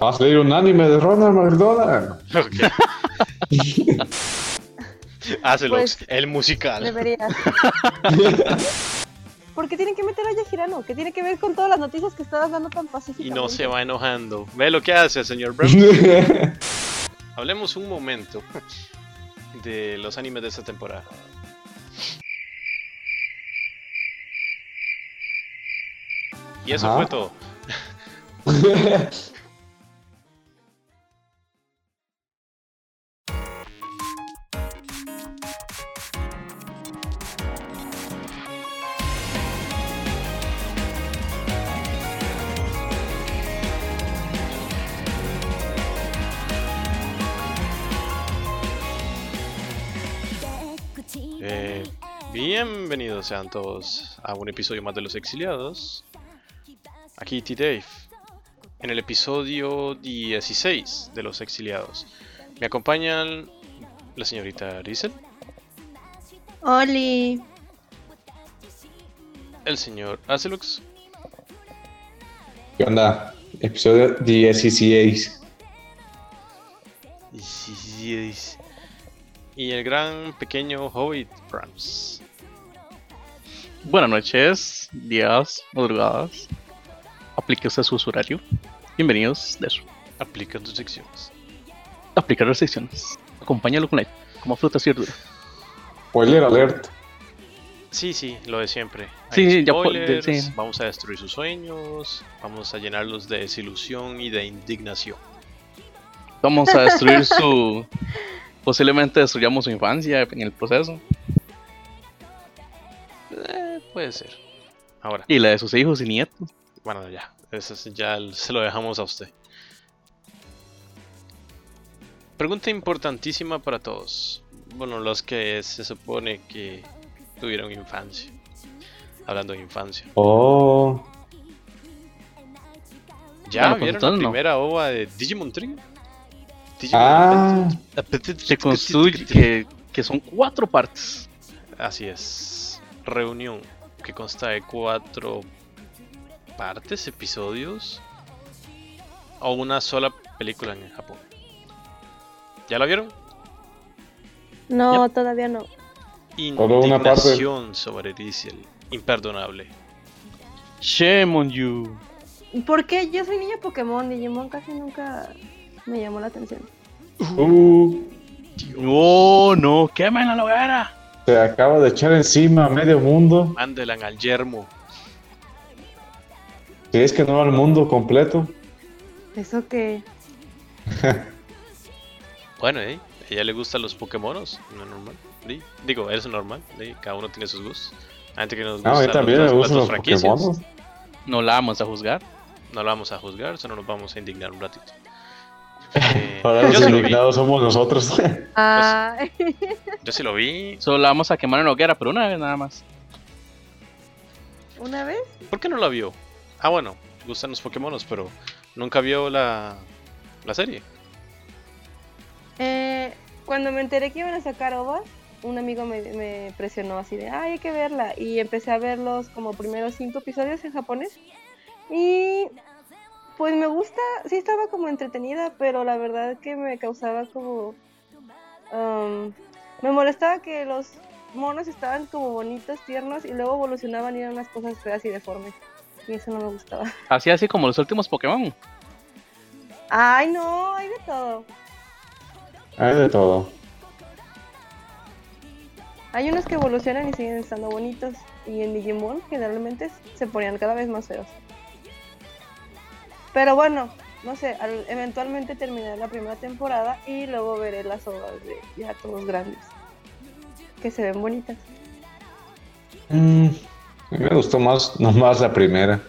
Vas a leer un anime de Ronald McDonald. Ok. Hazlo, Pues- Ah, el musical. Deberías. ¿Por qué tienen que meter a Yahirano? ¿Qué tiene que ver con todas las noticias que estabas dando tan Y pacíficamente? no se va enojando. Ve lo que hace, señor Brown. Hablemos un momento de los animes de esta temporada. Y eso Ajá. fue todo. Eh, bienvenidos sean todos a un episodio más de Los Exiliados. Aquí T-Dave, en el episodio 16 de Los Exiliados. Me acompañan la señorita Riesel, Oli. el señor Acelux ¿Qué onda? Episodio 16. y el gran pequeño Hobbit Brams. Buenas noches, días, madrugadas. Aplíquese su horario. Bienvenidos de eso. Aplica tus secciones. Aplicar restricciones. Acompáñalo con la como frutas y verduras. Spoiler alert. Sí, sí, lo de siempre. Sí, sí, ya po- de- spoilers, sí. vamos a destruir sus sueños, vamos a llenarlos de desilusión y de indignación. Vamos a destruir su. Posiblemente destruyamos su infancia en el proceso. Eh, puede ser. Ahora, Y la de sus hijos y nietos. bueno, ya, eso es- ya se lo dejamos a usted. Pregunta importantísima para todos. Bueno, los que se supone que tuvieron infancia. Hablando de infancia. Oh. ¿Ya Bueno, vieron pues la entonces no. primera ova de Digimon Trigger? Digimon Ah. Adventure. Se construye que, que son cuatro partes. Así es. Reunión que consta de cuatro partes, episodios o una sola película en Japón. ¿Ya la vieron? No, todavía no. Solo una parte. Indignación sobre Diesel. Imperdonable. Shame on you. ¿Por qué? Yo soy niña Pokémon. Digimon casi nunca me llamó la atención. Uh, No, no, quemen la hoguera. se acaba de echar encima a medio mundo. Mándelan al yermo. Si es que no al mundo completo. Eso que. Bueno, ¿eh? A ella le gustan los Pokémonos. No es normal. ¿sí? Digo, es normal. ¿sí? Cada uno tiene sus gustos. Hay gente que nos No, a mí gustan también me otras- gustan los otras franquicias. Pokémon. No la vamos a juzgar. No lo vamos a juzgar, solo nos vamos a indignar un ratito. Eh, Ahora los yo, sí lo vi, indignados somos nosotros. Ah, Pues, yo sí lo vi. Solo la vamos a quemar en la hoguera, pero una vez nada más. ¿una vez? ¿Por qué no la vio? Ah, bueno, gustan los Pokémonos, pero nunca vio la, la serie. Eh, cuando me enteré que iban a sacar OVAs, un amigo me, me presionó así de, ay, hay que verla. Y empecé a verlos como primeros cinco episodios en japonés. Y pues me gusta, sí estaba como entretenida, pero la verdad que me causaba como... um, me molestaba que los monos estaban como bonitos, tiernos, y luego evolucionaban y eran unas cosas feas y deformes. Y eso no me gustaba. Así, así como los últimos Pokémon. Ay, no, hay de todo. Hay de todo. Hay unos que evolucionan y siguen estando bonitos. Y en Digimon generalmente se ponían cada vez más feos. Pero bueno, no sé, al- eventualmente terminaré la primera temporada y luego veré las obras de ya todos grandes. Que se ven bonitas. Mm, a mí me gustó más, nomás la primera.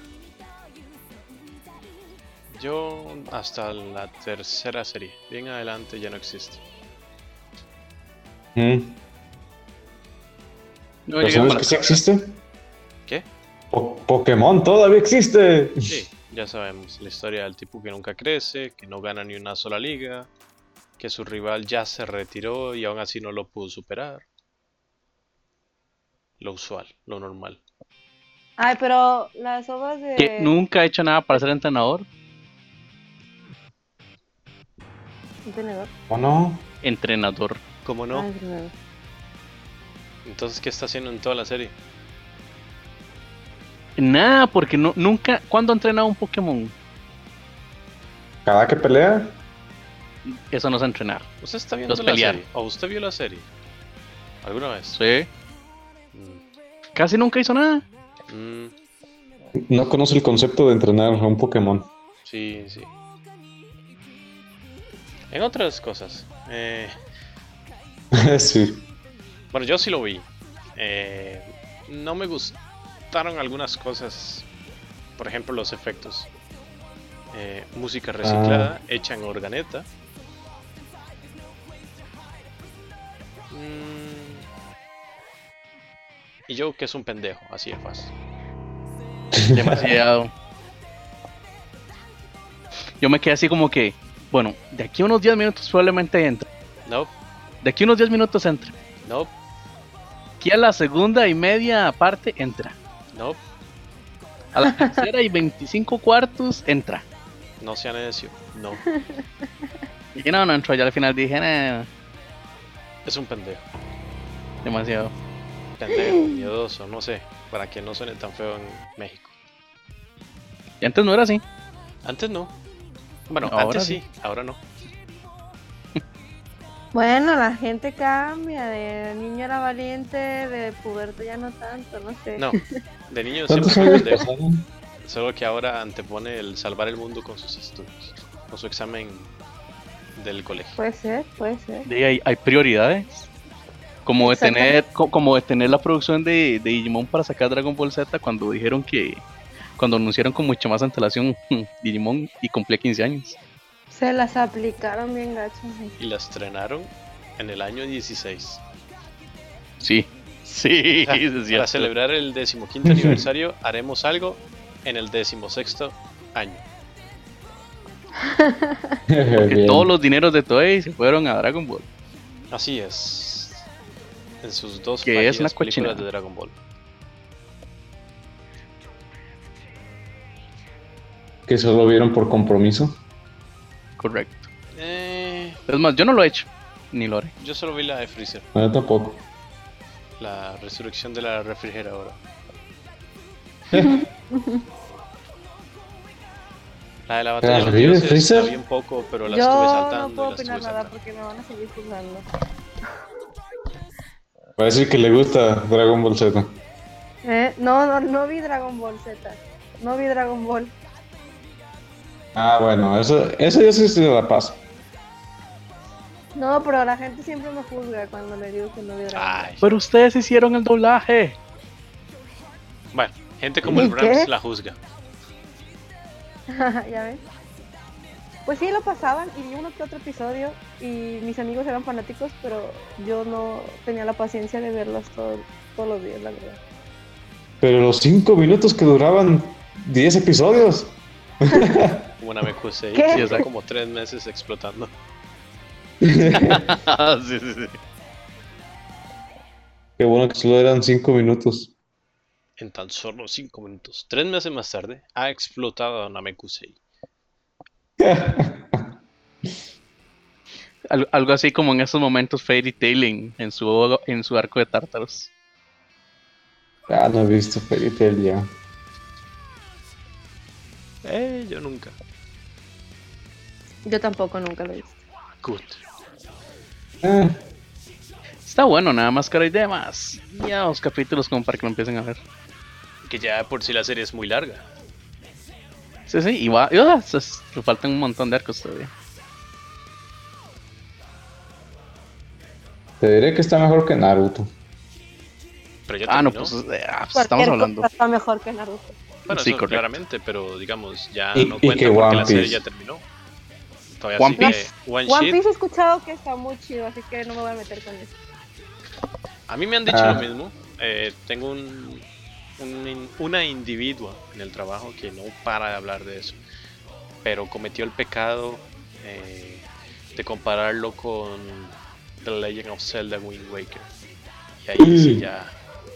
Yo hasta la tercera serie. Bien adelante ya no existe. Mm. No ¿Pero llegué sabes para- que sí existe? ¿Qué? Po- Pokémon todavía existe. Sí, ya sabemos. La historia del tipo que nunca crece, que no gana ni una sola liga, que su rival ya se retiró y aún así no lo pudo superar. Lo usual, lo normal. Ay, pero las obras de... que nunca ha hecho nada para ser entrenador. ¿Entrenador? ¿O no? Entrenador. ¿Cómo Ah, no? entrenador. Entonces, ¿qué está haciendo en toda la serie? Nada, porque no, nunca. ¿Cuándo ha entrenado un Pokémon? Cada que pelea, Eso no es entrenar. ¿Usted está viendo Los la pelear. serie? ¿O usted vio la serie? ¿Alguna vez? Sí. Mm, Casi nunca hizo nada. mm, no conoce el concepto de entrenar a un Pokémon. sí, sí. En otras cosas. Eh, sí. Bueno, yo sí lo vi. Eh, no me gustaron algunas cosas. Por ejemplo, los efectos. Eh, música reciclada, hecha en organeta. Mm. Y yo que es un pendejo, así de fácil. Demasiado. Yo me quedé así como que, bueno, de aquí a unos 10 minutos probablemente entre. Nope, De aquí a unos 10 minutos entra. nope, Aquí a la segunda y media parte entra. nope. A la tercera y 25 cuartos entra. No sea necio. No. Y no, no entró. Ya al final dije, "Nah, Es un pendejo. demasiado. Pendejo, Mm. miedoso, no sé. Para que no suene tan feo en México. Y antes no era así. Antes no. Bueno, Ahora antes sí. sí, ahora no. Bueno, la gente cambia. De niño era valiente, de puberto ya no tanto, no sé. No, de niño siempre ¿Cuántos fue años pendejo, pasaron? solo que ahora antepone el salvar el mundo con sus estudios, con su examen del colegio. Puede ser, puede ser. De ahí hay, hay prioridades. Como de, tener, co- como de tener la producción de, de Digimon para sacar Dragon Ball Z cuando dijeron que. Cuando anunciaron con mucho más antelación Digimon y cumplía 15 años. Se las aplicaron bien gachos. sí. Y la estrenaron en el año 16. Sí. Sí, Ah, es Para cierto. celebrar el decimoquinto aniversario haremos algo en el decimosexto año. Que Bien. todos los dineros de Toei se fueron a Dragon Ball. Así es. En sus dos Que es fallidas una cochinada. películas de Dragon Ball. Que solo vieron por compromiso. Correcto. Eh, Es más, yo no lo he hecho. Ni lo haré. yo solo vi la de Freezer, No, yo tampoco. la resurrección de la refrigeradora. La de la batalla de los revive dioses Freezer? la vi un poco, pero la estuve Yo saltando. no y puedo la estuve opinar nada saltando. porque me van a seguir juzgando. Parece que le gusta Dragon Ball Z. Eh, No, no, no vi Dragon Ball Z. No vi Dragon Ball. Ah, bueno, eso, eso yo sí se la paso. No, pero la gente siempre me juzga cuando le digo que no vi Dragon Ball. Ay, Pero ustedes hicieron el doblaje. bueno, gente como el ¿Y Brams qué? la juzga. ¿Ya ves? Pues sí, lo pasaban y vi uno que otro episodio y mis amigos eran fanáticos, pero yo no tenía la paciencia de verlos todo- todos los días, la verdad. Pero los cinco minutos que duraban 10 episodios. Como una MQC ¿Qué? y está como tres meses explotando. Ah, sí, sí, sí. Qué bueno que solo eran cinco minutos. En tan solo cinco minutos. Tres meses más tarde, ha explotado a una MQC. Al- algo así como en esos momentos Fairy Tailing en su, en su arco de tártaros. Ah, no he visto Fairy Tail ya. Eh, yo nunca. Yo tampoco nunca lo he visto. Good. Ah, Está bueno, nada más que ahora hay de más. Ya dos capítulos como para que lo empiecen a ver. Que ya por si la serie es muy larga. Sí, sí, y va. y, ah, se- se- le faltan un montón de arcos todavía. te diré que está mejor que Naruto. Pero ya Ah, no, terminó. pues, eh, ah, pues Cualquier estamos hablando. cosa está mejor que Naruto. Bueno, Sí, eso correcto. claramente, pero digamos, ya Y- no y cuenta que porque One la serie Piece. ya terminó. Todavía One sigue Piece. One, One Shit. Piece he escuchado que está muy chido, así que no me voy a meter con eso. A mí me han dicho Ah. lo mismo. Eh, tengo un, un in- una individua en el trabajo que no para de hablar de eso. Pero cometió el pecado eh, de compararlo con The Legend of Zelda Wind Waker. Y ahí sí Mm. ya...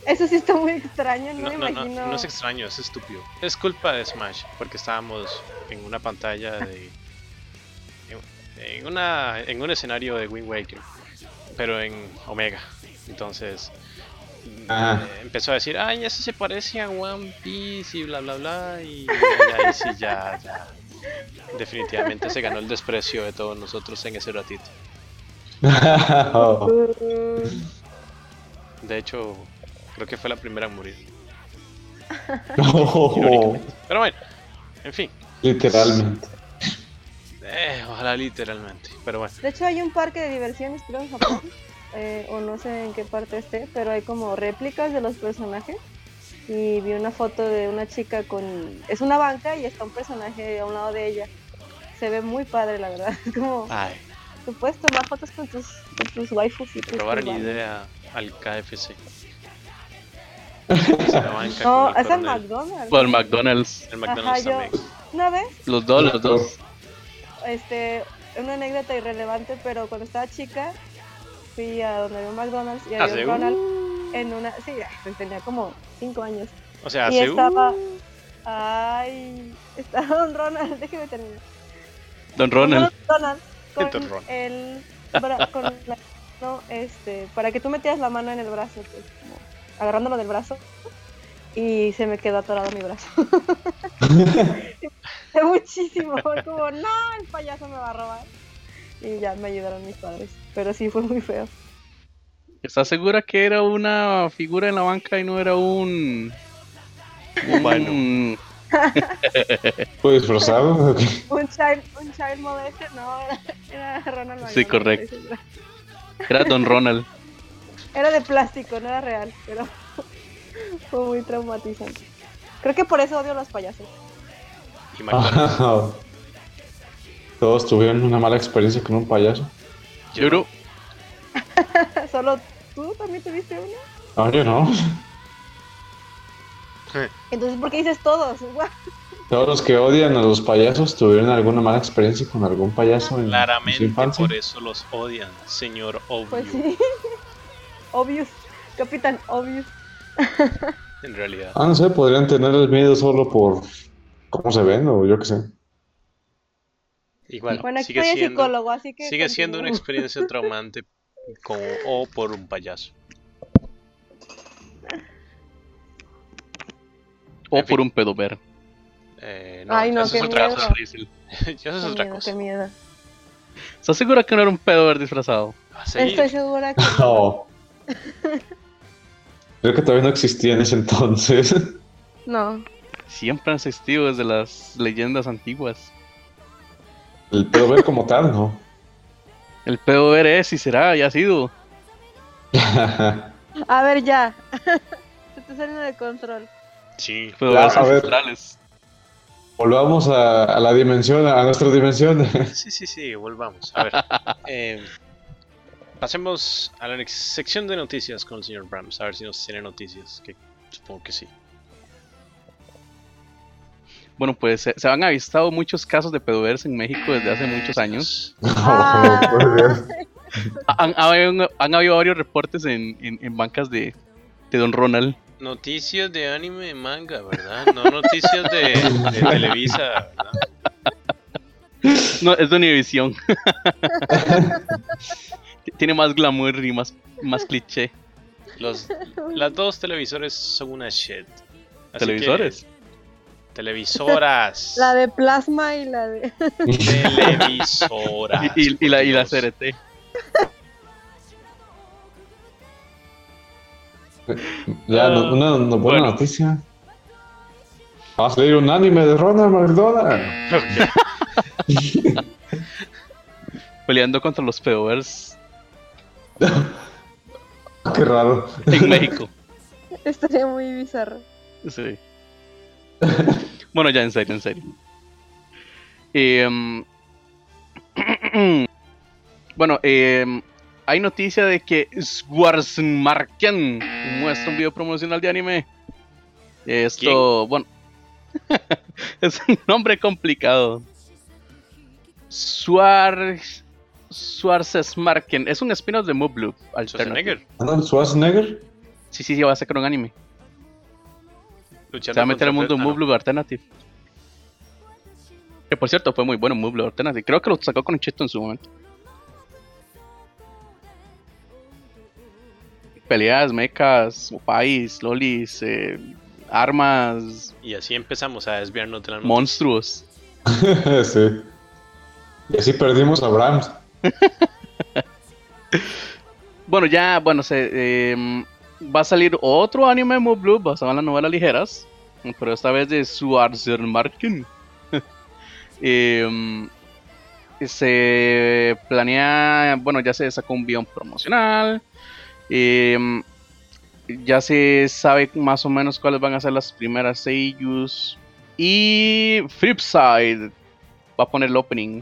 Eso sí está muy extraño, no, No, no, me no, imagino. no es extraño, es estúpido. Es culpa de Smash, porque estábamos en una pantalla de. en- en, una, en un escenario de Wind Waker, pero en Omega. Entonces Ajá. eh, empezó a decir, ay, eso se parece a One Piece y bla, bla, bla. Y, y ahí sí, ya, ya. Definitivamente se ganó el desprecio de todos nosotros en ese ratito. Oh, De hecho, creo que fue la primera en morir. oh, Pero bueno, en fin. literalmente. Eh, ojalá literalmente. Pero bueno. De hecho, hay un parque de diversiones, creo, en Japón. eh, o no sé en qué parte esté, pero hay como réplicas de los personajes. Y vi una foto de una chica con. Es una banca y está un personaje a un lado de ella. Se ve muy padre, la verdad. Es como. Ay, Tú puedes tomar fotos con tus, con tus waifus y le tus robaron la bandas. idea al KFC. Se la banca No, con el es el coronel. McDonald's. Por McDonald's, El McDonald's Ajá, yo- también. Una vez, los dos, los dos. este, una anécdota irrelevante, pero cuando estaba chica fui a donde había un McDonald's y Ah, ¿sí? había un Uh. Ronald en una, sí, ay, tenía como 5 años O sea, y se- estaba, Uh. ay, estaba un Ronald, déjeme terminar. Don Ronald. Un Ronald con Don Ronald. el, bra- con la- no, este, para que tú metías la mano en el brazo, pues, como agarrándolo del brazo y se me quedó atorado mi brazo. Fue muchísimo, fue como, no, el payaso me va a robar. Y ya me ayudaron mis padres, pero sí fue muy feo. ¿Estás segura que era una figura en la banca y no era un. Humano. un- ¿Fue disfrazado? Un child, un child molester, no, era, era Ronald Sí, McDonald, correcto. Era Don Ronald. Era de plástico, no era real, pero fue muy traumatizante. Creo que por eso odio a los payasos. y McDonald's. Oh. Todos tuvieron una mala experiencia con un payaso. Yo creo. Solo tú también tuviste uno. No, yo no. Entonces, ¿por qué dices todos? Guau. Todos los que odian a los payasos tuvieron alguna mala experiencia con algún payaso en su Claramente infancia. por eso los odian, señor Obvio. Pues sí. Obvious. Capitán, obvious. En realidad. Ah, no sé, podrían tener el miedo solo por cómo se ven o yo qué sé. Igual, Bueno, aquí sigue soy siendo, psicólogo, así que. sigue siendo una continúo. experiencia traumante como o por un payaso. O En fin. por un pedover. Eh, Ay, no, eso es qué otra miedo. cosa. Liesel. Eso es Qué otra miedo, cosa. qué miedo. ¿Estás segura que no era un pedover disfrazado? A seguir. Estoy segura que. No. Creo que todavía no existía en ese entonces. No. Siempre han existido desde las leyendas antiguas. El pedo ver como tal, ¿no? El pedover es y será y ha sido. A ver, ya. Se está saliendo de control. Sí. Pedovers a ver. ancestrales. Volvamos a, a la dimensión, a nuestra dimensión. Sí, sí, sí, volvamos. A ver. eh, pasemos a la next- sección de noticias con el señor Brams. A ver si nos tiene noticias, que supongo que sí. Bueno, pues se, se han avistado muchos casos de pedovers en México desde hace muchos Eh, años. Ah. Oh, por Dios. Han, han- han habido varios reportes en, en- en bancas de, de Don Ronald. Noticias de anime y manga, ¿verdad? No noticias de, de Televisa, ¿verdad? No, es de Univisión. Tiene más glamour y más, más cliché. Los, las dos televisores son una shit. Así ¿Televisores? que- televisoras. La de plasma y la de. Televisoras. Y, y- y la, y la por Dios. CRT. Ya, no- una, una buena Ah, Bueno. noticia. Va a salir un anime de Ronald McDonald. Peleando contra los pedovers Ah, Qué raro. en México. Estaría muy bizarro. Sí. Bueno, ya en serio, en serio. Em, bueno, em, hay noticia de que Schwarzenmarken muestra un video promocional de anime. Esto, bueno, es un nombre complicado. Schwarz, Schwarzenmarken es un spin-off de Mob Loop. alternativo. Schwarzenegger, ¿Arnold Schwarzenegger? Sí, sí, sí, va a sacar un anime. luchando Se va a contra meter al mundo Fred- ah, Mob Loop Alternative. Que por cierto fue muy bueno Move Lord Tenacity. Creo que lo sacó con un chiste en su momento. Peleas, mechas, país, lolis, eh, armas, Y así empezamos a desviarnos de la noticia. monstruos. sí. Y así perdimos a Brahms. Bueno, ya, bueno, se, eh, va a salir otro anime de Mob Blue basado en las novelas ligeras, pero esta vez de Schwarzer Martin. Em, se planea, bueno, ya se sacó un guión promocional, eh, ya se sabe más o menos cuáles van a ser las primeras seiyus y Flipside va a poner el opening.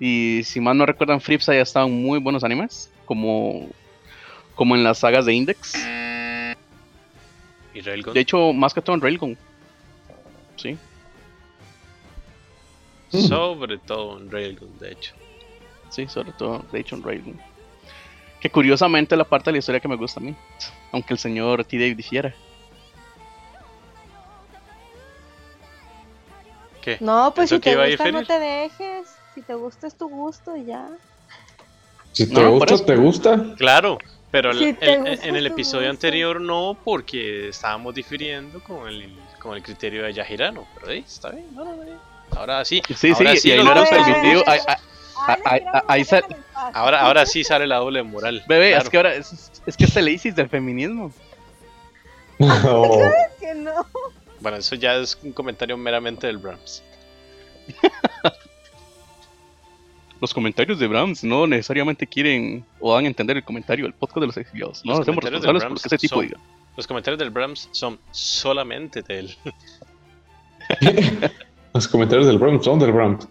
Y si mal no recuerdan, Fripsa ya estaban muy buenos animes, como, como en las sagas de Index. Y Railgun. De hecho, más que todo en Railgun. Sí. Sobre todo en Railgun, de hecho. Sí, sobre todo, de hecho, en Railgun. Que curiosamente es la parte de la historia que me gusta a mí. Aunque el señor T. Dave dijera. ¿Qué? No, pues Pensó si que te iba a gusta no diferir. te dejes. Si te gusta es tu gusto y ya. Si te No, por gusta, eso. te gusta. Claro, pero el- Si el- te en- gusta, en el te episodio gusta. anterior no, porque estábamos difiriendo con el, con el criterio de Yajirano. Pero ahí está bien, no, no, no, no. Ahora sí. Sí, ahora sí, y ahí lo no era vamos a ver. permitido. ay, ay, Ah, Ay, Ay, Alejandro, ay, déjame ay, en paz. Ahora, ahora sí sale la doble moral. bebé, claro. es que ahora es, es que es el ISIS del feminismo. No. Que no. Bueno, eso ya es un comentario meramente del Brahms. Los comentarios de Brahms no necesariamente quieren o dan a entender el comentario del podcast de los exiliados. No Los nos hacemos comentarios de Brahms responsables porque ese tipo son- diga. Los comentarios del Brahms son solamente de él. Los comentarios del Brahms son del Brahms.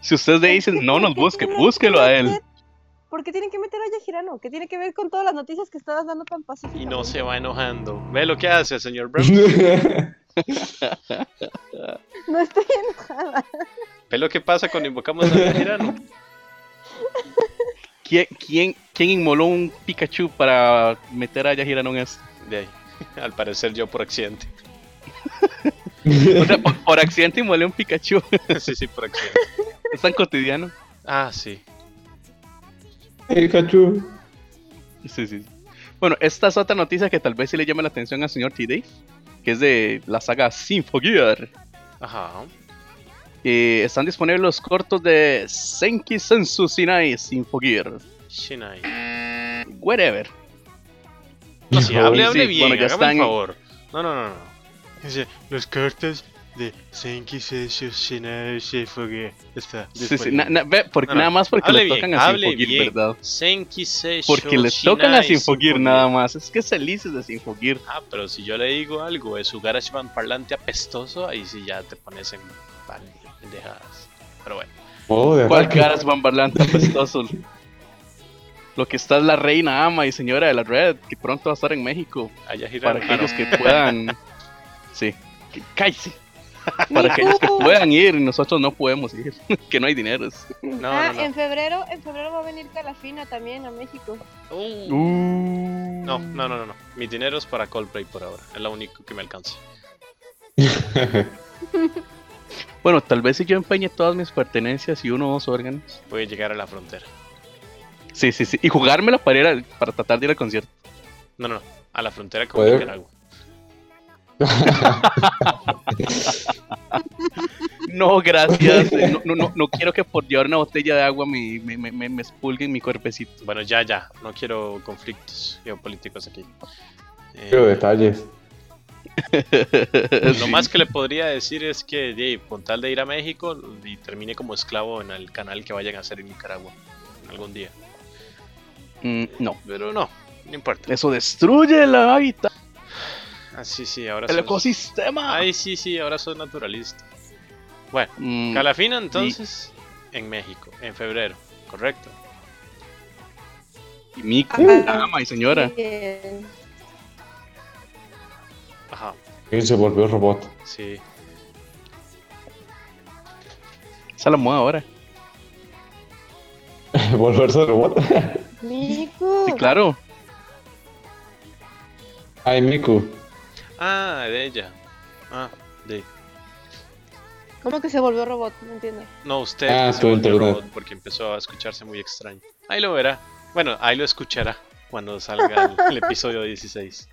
Si ustedes le dicen no nos ¿Por qué busquen, tienen que búsquelo a él. meter- ¿Por qué tienen que meter a Yajirano? ¿Qué tiene que ver con todas las noticias que estabas dando tan pacíficamente? Y no se va enojando. Ve lo que hace, señor Brahms. Yo No estoy enojada. Ve lo que pasa cuando invocamos a Yajirano. ¿Quién, quién, quién inmoló un Pikachu para meter a Yahira en esto? De ahí. Al parecer yo por accidente. O sea, por, por accidente inmolé un Pikachu. Sí, sí, por accidente. Es tan cotidiano. Ah, sí. Pikachu. Sí, sí. Bueno, esta es otra noticia que tal vez sí le llame la atención al señor T-Day, que es de la saga Symphogear. Ajá. Eh, están disponibles los cortos de Senki Sensu Sinai Symphogear. Shinai. Whatever. No, sí, Hijo, hable, sí, hable bien, bueno, ya hágame están- el favor. No, no, no, no. Dice, los cartas de Senki Senshu Shinai Shifuge. Está. Sí, sí, na- na- ve, porque, No, no, nada más porque hable les bien, tocan a hable Symphogear, bien. ¿verdad? Senki Senshu Porque les tocan a Shinai Symphogear Symphogear. nada más. Es que es el Isis de Symphogear. Ah, pero si yo le digo algo de su GarageBand parlante apestoso, ahí sí ya te pones en vale, pendejadas. Pero bueno, Modo Oh, de ¿Cuál ataque. caras bambarlante apestoso? Lo que está es la reina ama y señora de la red, que pronto va a estar en México. allá Ah, Para giraron. aquellos que puedan. Sí. que- ¡Cállese! Para Mijo. aquellos que puedan ir y nosotros no podemos ir. que no hay dinero. No, ah, no, no. en febrero, en febrero va a venir Calafina también a México. Uh, No, No, no, no, no, no. Mi dinero es para Coldplay por ahora. Es lo único que me alcanza. Bueno, tal vez si yo empeñe todas mis pertenencias y uno o dos órganos. Voy a llegar a la frontera. Sí, sí, sí. Y jugármela para, ir al- para tratar de ir al concierto. No, no, no. A la frontera con Puede- Nicaragua. No, gracias. No, no, no, no quiero que por llevar una botella de agua me, me, me, me- me expulguen mi cuerpecito. Bueno, ya, ya. No quiero conflictos geopolíticos aquí. Eh, Quiero detalles. Pues lo más que le podría decir es que, de, con tal de ir a México y termine como esclavo en el canal que vayan a hacer en Nicaragua algún día. Mm, no. Pero no, no importa. Eso destruye el hábitat, Ah, sí, sí, ahora el sos- ecosistema. Ay, sí, sí, ahora soy naturalista. Mm, Calafina, entonces, en México, en febrero, correcto. y mi Ajá. ama y señora. Bien. Ajá, Y se volvió robot. sí. Esa es la moda ahora. Volverse robot. Miku. Sí, claro. Ay, Miku. Ah, de ella. Ah, de. ¿Cómo que se volvió robot? No entiendo. No, usted Ah, que se tu volvió internet. robot porque empezó a escucharse muy extraño. Ahí lo verá. Bueno, ahí lo escuchará cuando salga el, el episodio 16.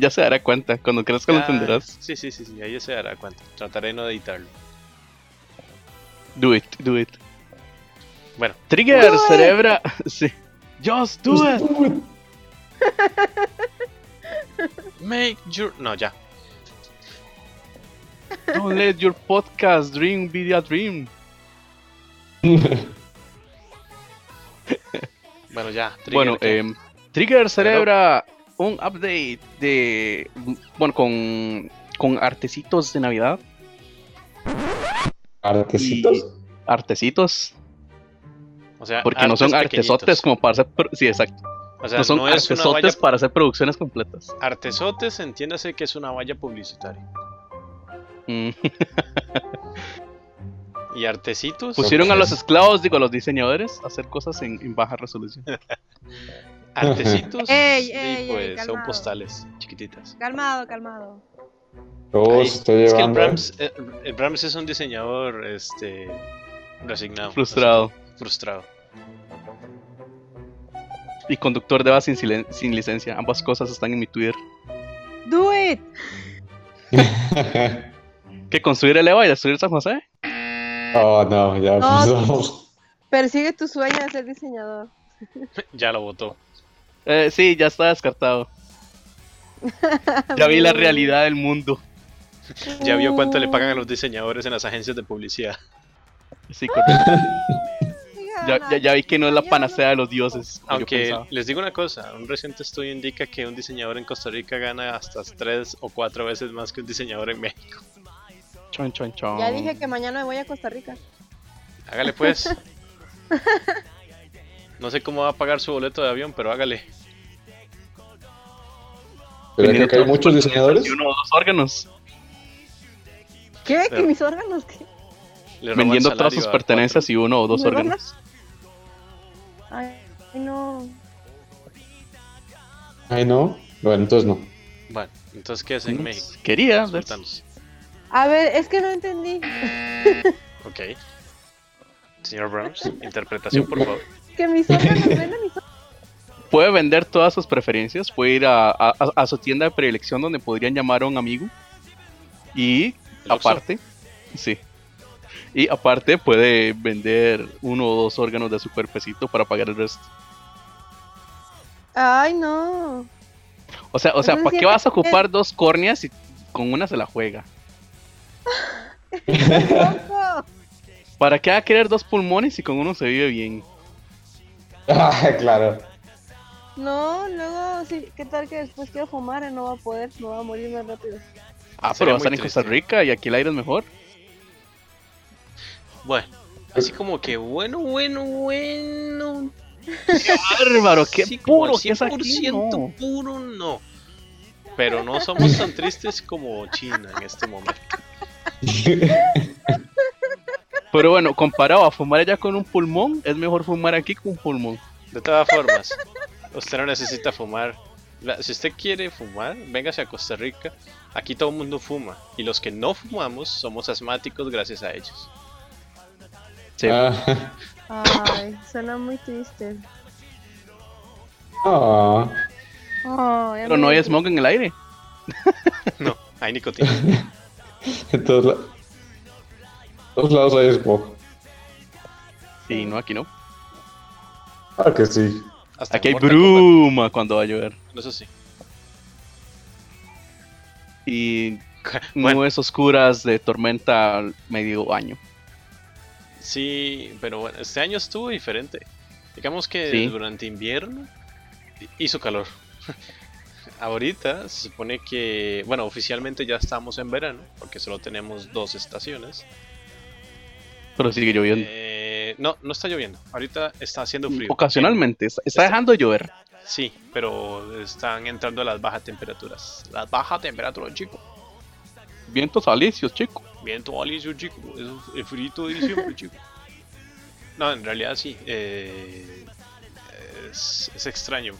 ya se dará cuenta. Cuando creas que lo Ah, entenderás. Sí, sí, sí, sí, ahí se dará cuenta. Trataré de no editarlo. Do it, do it. Bueno. Trigger, Do it. cerebra. Sí. Just do it. Pues, Make your... No, ya. Don't let your podcast dream be a dream. Bueno, eh, ya. Trigger, bueno, ¿qué? em, Trigger celebra un update de. Bueno, con, con artecitos de Navidad. Artecitos. Artecitos. O sea, Porque no son artes artesotes pequeñitos. como para hacer. pro- Sí, exacto. O sea, no son es una artesotes valla... para hacer producciones completas. Artesotes, entiéndase que es una valla publicitaria. Mm. Y artecitos... Pusieron a Ok. los esclavos, digo, a los diseñadores, a hacer cosas en, en baja resolución. Artecitos... Ey, y ey, ey, pues son calmado. postales chiquititas. Calmado, calmado. Oh, Ahí. se está llevando. Es que el Brahms, eh, el Brahms es un diseñador este, resignado. Frustrado. así que Frustrado. Y conductor de bus sin, silen- sin licencia. Ambas cosas están en mi Twitter. Do it. eh. Que construir Eleva y destruir San José. oh, no, ya No. empezamos. Persigue tu sueño de ser diseñador. Ya lo votó. Eh, sí, ya está descartado. Ya vi la realidad del mundo. Ya vio cuánto le pagan a los diseñadores en las agencias de publicidad. Sí, correcto. Ya, Diga, ya- Ah, ya vi que no es la yo panacea de los no- dioses. como yo Aunque pensaba. les digo una cosa, un reciente estudio indica que un diseñador en Costa Rica gana hasta tres o cuatro veces más que un diseñador en México. Chon, chon, chon. Ya dije que mañana me voy a Costa Rica. Hágale pues. No sé cómo va a pagar su boleto de avión, pero hágale. ¿Será que Teniendo acá hay muchos diseñadores? uno o dos órganos. ¿Qué? ¿Que Pero- mis órganos? ¿Qué? Le roban Vendiendo todas salario sus a pertenencias y uno o dos ¿Me van a- órganos. Ay, no. Ay, no. Bueno, entonces no. cuatro. Bueno, entonces ¿qué es en México? Mm. Quería. ver. Resultanos. A ver, es que no entendí. Ok. Señor Brahms, interpretación, por favor. Que mis órganos vendan mis órganos. Puede vender todas sus preferencias, puede ir a, a- a- a su tienda de predilección donde podrían llamar a un amigo. Y El Oxxo. aparte, sí. Y aparte puede vender uno o dos órganos de su cuerpecito para pagar el resto. Ay, no. O sea, o sea, Entonces ¿para qué siempre vas a tienes- ocupar dos córneas si con una se la juega? Loco. ¿Para qué va a querer dos pulmones si con uno se vive bien? Ah, claro. No, luego, sí, ¿qué tal que después quiero fumar y no va a poder? No va a morir más rápido. Ah, Sería pero va a muy estar en Costa triste. Rica y aquí el aire es mejor. Bueno, así como que bueno, bueno, bueno. ¡Bárbaro! ¡Qué así como puro! al que es aquí, 100% no. puro no. Pero no somos tan tristes como China en este momento. Pero bueno, comparado a fumar allá con un pulmón, es mejor fumar aquí con un pulmón. De todas formas, usted no necesita fumar. La- Si usted quiere fumar, véngase a Costa Rica. Aquí todo el mundo fuma. Y los que no fumamos somos asmáticos gracias a ellos. Sí. Ah, Ay, suena muy triste. oh. Ay, Pero no hay amigo. smog en el aire. No, hay nicotina. En todos, la- todos lados hay smog. Sí, no, aquí no. Claro Ah, que sí. Hasta Aquí hay en Mortal Kombat. bruma cuando va a llover. Eso sí. Y Bueno, nubes oscuras de tormenta al medio año. Sí, pero bueno, este año estuvo diferente. Digamos que Sí. durante invierno hizo calor. Ahorita se supone que, bueno, oficialmente ya estamos en verano, porque solo tenemos dos estaciones. Pero sigue lloviendo. Eh, no, no está lloviendo. Ahorita está haciendo frío. Eh, Ocasionalmente. Está, está dejando de llover. Sí, pero están entrando las bajas temperaturas. Las bajas temperaturas, chico. Vientos alisios, chico. Viento alisio, chico. Es el frito de diciembre, chico. No, en realidad sí. eh, es, es extraño.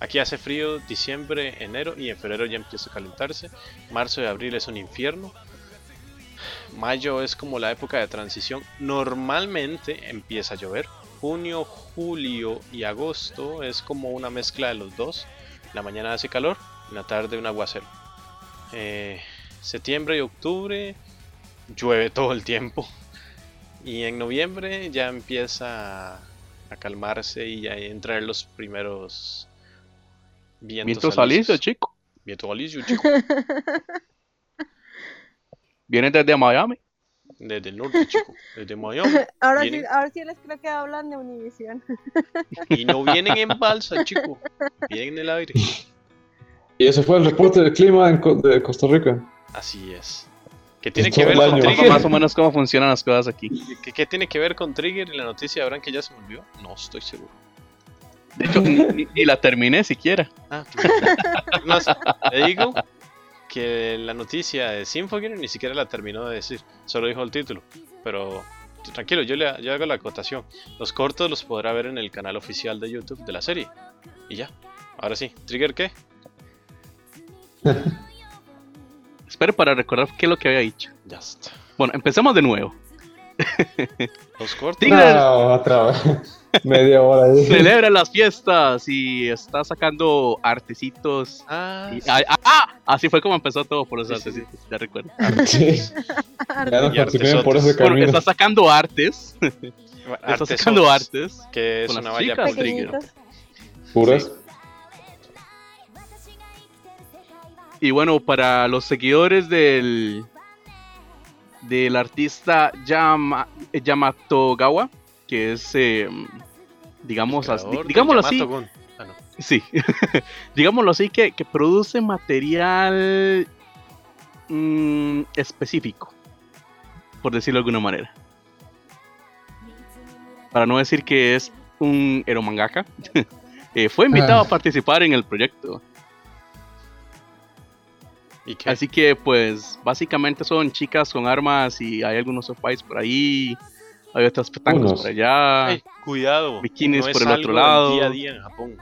Aquí hace frío diciembre, enero y en febrero ya empieza a calentarse. Marzo y abril es un infierno. Mayo es como la época de transición. Normalmente empieza a llover. Junio, julio y agosto es como una mezcla de los dos. En la mañana hace calor, en la tarde un aguacero. Eh, septiembre y octubre llueve todo el tiempo. Y en noviembre ya empieza a calmarse y ya entrar los primeros vientos, Vientos alisios, chico. Vientos alisios, chico. Vienen desde Miami. Desde el norte, chico. Desde Miami. Ahora sí, Vienen- ahora sí les creo que hablan de Univisión. Y no vienen en balsa, chico. Vienen en el aire. Y ese fue el reporte del clima en Co- de Costa Rica. Así es. ¿Qué tiene Todo que ver el con año. Más o- Más o Trigger? menos cómo funcionan las cosas aquí. ¿Qué, qué tiene que ver con Trigger y la noticia de Abraham que ya se volvió? No estoy seguro. De hecho, ni, ni la terminé siquiera. Ah, pues. Es más, te digo que la noticia de Symphogear ni siquiera la terminó de decir, solo dijo el título. Pero tranquilo, yo, le, yo hago la acotación. Los cortos los podrá ver en el canal oficial de YouTube de la serie. Y ya. Ahora sí, ¿Trigger qué? Espero para recordar qué es lo que había dicho. Ya está. Bueno, empecemos de nuevo. Los cortos. Trigger. No, otra vez. Media hora ahí. Celebra las fiestas y está sacando artecitos. Ah, Y- ah, ah, ah, así fue como empezó todo por los Sí, sí, sí. artecitos, ya recuerdo. Sí. Ya nos Y artesotes. continúen por ese Bueno, camino. está sacando artes. Está artes sacando otras, artes. Que es con las una valla chicas. por Trigger. Pequeñitos. Puras. Y bueno, para los seguidores del del artista Yama, Yamatogawa, que es, eh, digamos, así, Creador de digámoslo así, Yamato Gun. Ah, no. sí, digámoslo así, que, que produce material mm, específico, por decirlo de alguna manera. Para no decir que es un eromangaka, eh, fue invitado Ah. a participar en el proyecto. ¿Y qué? Así que pues básicamente son chicas con armas y hay algunos sofás por ahí, hay otras petancos Unos. por allá. Ay, cuidado. bikinis no por es el algo del otro lado. Día a día en Japón.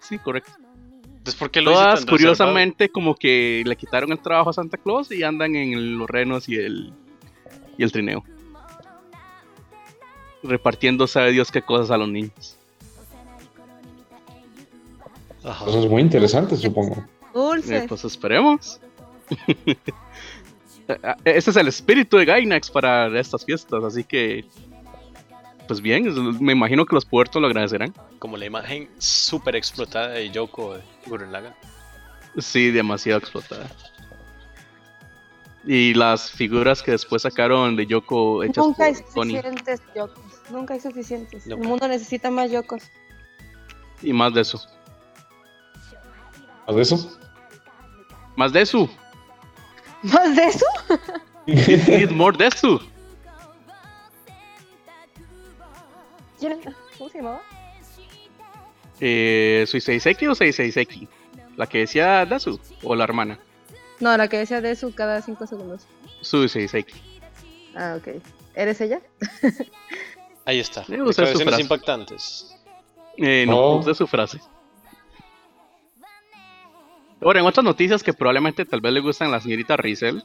Sí, correcto. Entonces, ¿por qué lo hice Todas tan curiosamente como que le quitaron el trabajo a Santa Claus y andan en los renos y el, y el trineo. Repartiendo sabe Dios qué cosas a los niños. reservado? Ajá. Eso es muy interesante, supongo. Eh, Dulces. pues esperemos. Eh, ah, Ese es el espíritu de Gainax para estas fiestas, así que... Pues bien, es- me imagino que los puertos lo agradecerán. Como la imagen súper explotada de Yoko de Gurren Lagann. Sí, demasiado explotada. Y las figuras que después sacaron de Yoko hechas Nunca hay por Tony. suficientes yokos. Nunca hay suficientes. Nunca. El mundo necesita más yokos. Y más de eso. ¿Haz eso? Más de eso. ¿Más de eso? Need more de eso. ¿Quién era? ¿Cómo se llamaba? Eh, ¿Soy 6X o 66X? La que decía Dazu o la hermana. No, la que decía de eso cada cinco segundos. Su 6X. Ah, ok. ¿Eres ella? Ahí está. Me gusta su Declaraciones frase. impactantes. Eh, no, Oh. usé su frase. Ahora, en otras noticias que probablemente tal vez le gustan a la señorita Rizel,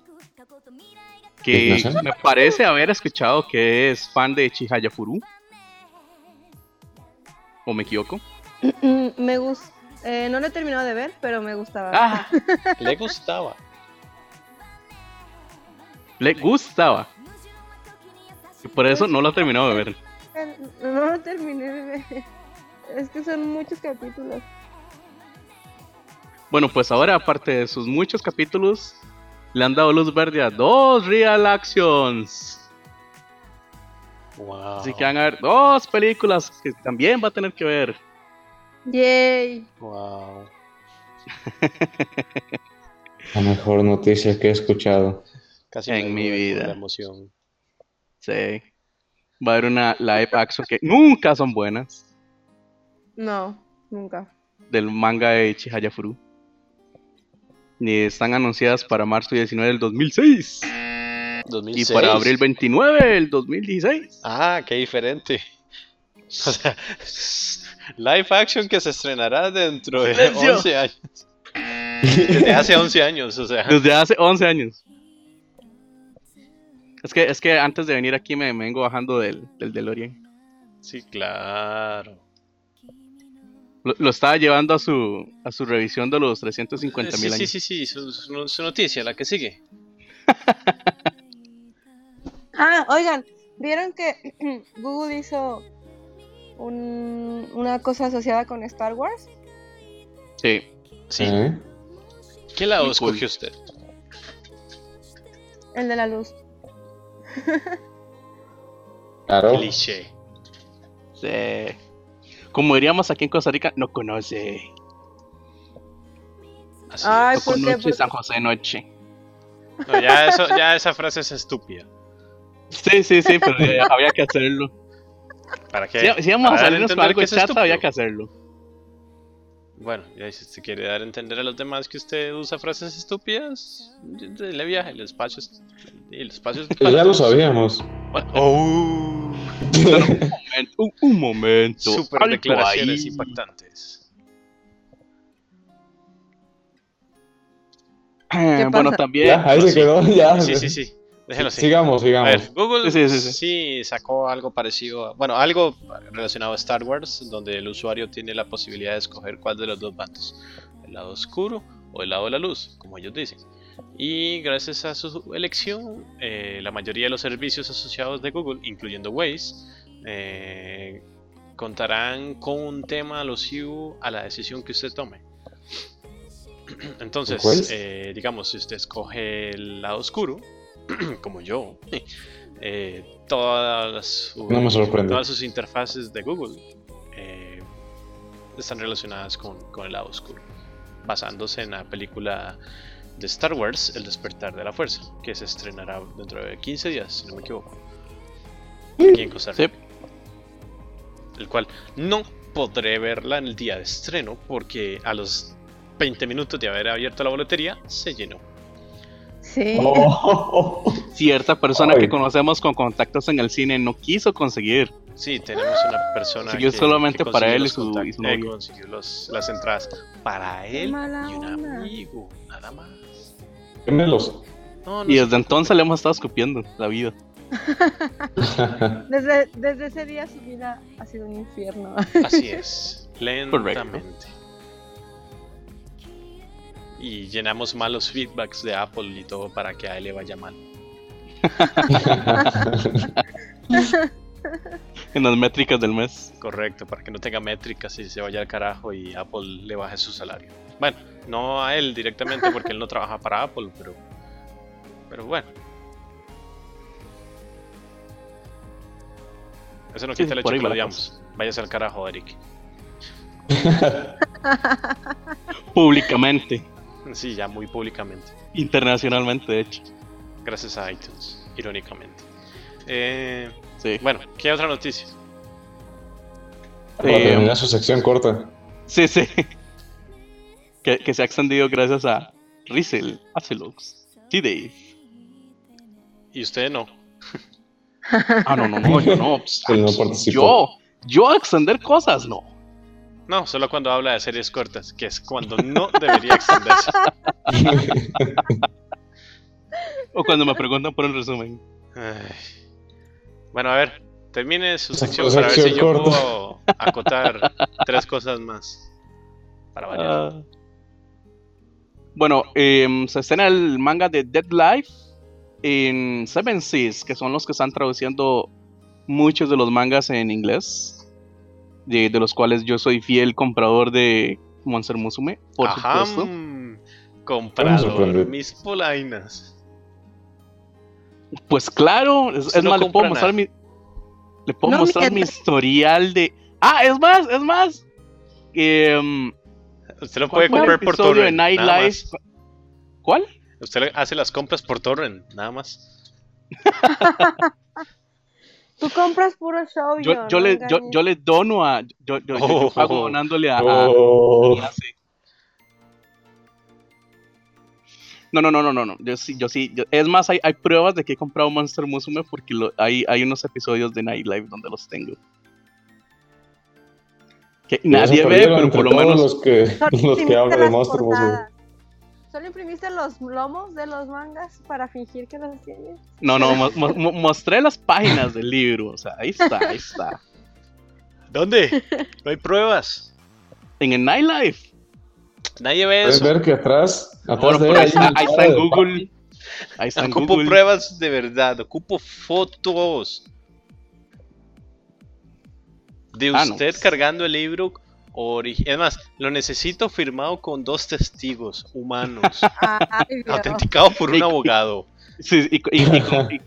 que ¿Ignacia? me parece haber escuchado que es fan de Chihaya Furu. ¿O me equivoco? Mm, me gusta. no lo he terminado de ver, pero me gustaba. Ah, Le gustaba. le gustaba. Y por eso no la he terminado de ver. Eh, No lo terminé de ver. Es que son muchos capítulos. Bueno, pues ahora, aparte de sus muchos capítulos, le han dado luz verde a dos Real Actions. Wow. Así que van a ver dos películas que también va a tener que ver. Yay. Wow. La mejor noticia que he escuchado. Casi En me mi duele por vida. La emoción. Sí. Va a haber una live action que nunca son buenas. No, nunca. Del manga de Chihaya Furu. Ni están anunciadas para marzo 19 del 2006. Y 2006. para abril 29 del 2016. Ah, qué diferente. O sea, live action que se estrenará dentro de Silencio. 11 años. Desde hace 11 años, o sea. Desde hace 11 años. Es que, es que antes de venir aquí me, me vengo bajando del, del DeLorean. Sí, claro. Lo, lo estaba llevando a su, a su revisión de los 350 Eh, sí, mil sí, años. sí, sí, su, su- su noticia, la que sigue. Ah, oigan, ¿vieron que Google hizo un- una cosa asociada con Star Wars? Sí. Sí. ¿Eh? ¿Qué lado Muy cool. escogió usted? El de la luz. Claro. Cliché. Sí. Como diríamos aquí en Costa Rica, no conoce. Así Ay, No es. ¿por qué? conoce ¿Por- San José Noche. No, ya, eso- ya esa frase es estúpida. Sí, sí, sí, pero eh, había que hacerlo. ¿Para qué? Si, si íbamos a Para dar salirnos con entender algo que es chata, estúpido. había que hacerlo. Bueno, ya si usted quiere dar a entender a los demás que usted usa frases estúpidas, le viaje, el espacio es... El espacio es para Ya lo todos. sabíamos. Bueno, ¡Oh! Un momento, Un, un momento. Super algo declaraciones ahí. impactantes. Eh, ¿Qué Bueno, pasa? también. ya, ahí se pues sí. quedó, ya. Sí, sí, pues sí. Déjelo así. Sigamos, A sigamos. ver, Google Sí, sí, sí, sí. sacó algo parecido, a- bueno, algo relacionado a Star Wars, donde el usuario tiene la posibilidad de escoger cuál de los dos bandos, el lado oscuro o el lado de la luz, como ellos dicen. Y gracias a su elección, eh, la mayoría de los servicios asociados de Google, incluyendo Waze, eh, contarán con un tema alusivo a la decisión que usted tome. ¿Cuál? Entonces, eh, digamos, si usted escoge el lado oscuro, como yo, eh, todas, las- No me sorprende. todas sus interfaces de Google eh, están relacionadas con, con el lado oscuro, basándose en la película de Star Wars, El despertar de la fuerza, que se estrenará dentro de 15 días, si no me equivoco, aquí en Costa Sí. Rica. El cual no podré verla en el día de estreno porque a los 20 minutos de haber abierto la boletería se llenó. Sí. Oh. Cierta persona Ay. que conocemos con contactos en el cine no quiso conseguir. Sí, tenemos una persona Siguió solamente consiguió para él y los su- contact- y su eh, novia. consiguió los- las entradas para él mala y un onda. amigo, nada más. Gemelos. No, no Y sé. desde entonces le hemos estado escupiendo la vida. Desde, desde ese día su vida ha sido un infierno. Así es, lentamente. Correcto. Y llenamos malos feedbacks de Apple y todo para que a él le vaya mal. En las métricas del mes. Correcto, para que no tenga métricas y se vaya al carajo y Apple le baje su salario. Bueno, no a él directamente porque él no trabaja para Apple, pero, pero bueno. Eso no Sí, quita el hecho por ahí que lo va la odiamos. Váyase al carajo, Eric. Públicamente. Sí, ya muy públicamente. Internacionalmente, de hecho. Gracias a iTunes, irónicamente. Eh, Sí. bueno, ¿qué otra noticia? Para Sí. terminar su sección corta. Eh, Sí, sí. Que, que se ha extendido gracias a Rizel, Acelux, T-Day. Y usted no. Ah, no, no, no, yo no. Psst, Él no psst, participó. yo, yo extender cosas, no. No, solo cuando habla de series cortas, que es cuando no debería extenderse. O cuando me preguntan por el resumen. Ay. Bueno, a ver, termine su Esa sección fue para ver si yo sección corta. puedo acotar tres cosas más. Para variar. Ah. Bueno, em, se estrena el manga de Dead Life en Seven Seas, que son los que están traduciendo muchos de los mangas en inglés, de, de los cuales yo soy fiel comprador de Monster Musume, por Ajá, supuesto. mm, No me comprador, sorprende. mis polainas. Pues claro, es, Usted es no más, le puedo compra mostrar mi. Le puedo No mostrar mienta. mi historial de. ¡Ah! Es más, es más. Em, Usted lo puede ¿cuál fue el comprar por episodio de torrent. Night nada Live? más. ¿Cuál? Usted le- hace las compras por torrent, nada más. Tú compras puro show. Yo, yo, le, yo, yo le dono a. Yo, yo, yo- yo Oh. pago donándole a. a- Oh. a- sí. No, no, no, no, no, no. Yo sí, yo sí. yo- es más, hay, hay pruebas de que he comprado Monster Musume porque lo- hay, hay unos episodios de Night Live donde los tengo. Que Ya se nadie ve, perdieron pero entre por lo todos menos. los que, los que hablan de monstruos. güey. ¿Solo imprimiste los lomos de los mangas para fingir que los tienes? No, no, mo- mo- mo- mostré las páginas del libro, o sea, ahí está, ahí está. ¿Dónde? No hay pruebas. En el Nightlife. Nadie ve Puedes eso. ver que atrás, atrás Bueno, de él pero ahí hay está, un ahí está cuadro en de Google. Ahí está en Ocupo Google. pruebas de verdad, ocupo fotos de Ah, no, usted pues. cargando el libro. ori- Es más, lo necesito firmado con dos testigos humanos, Ay, Dios. autenticado por un Y- abogado. Sí, y, co- y- y con, y-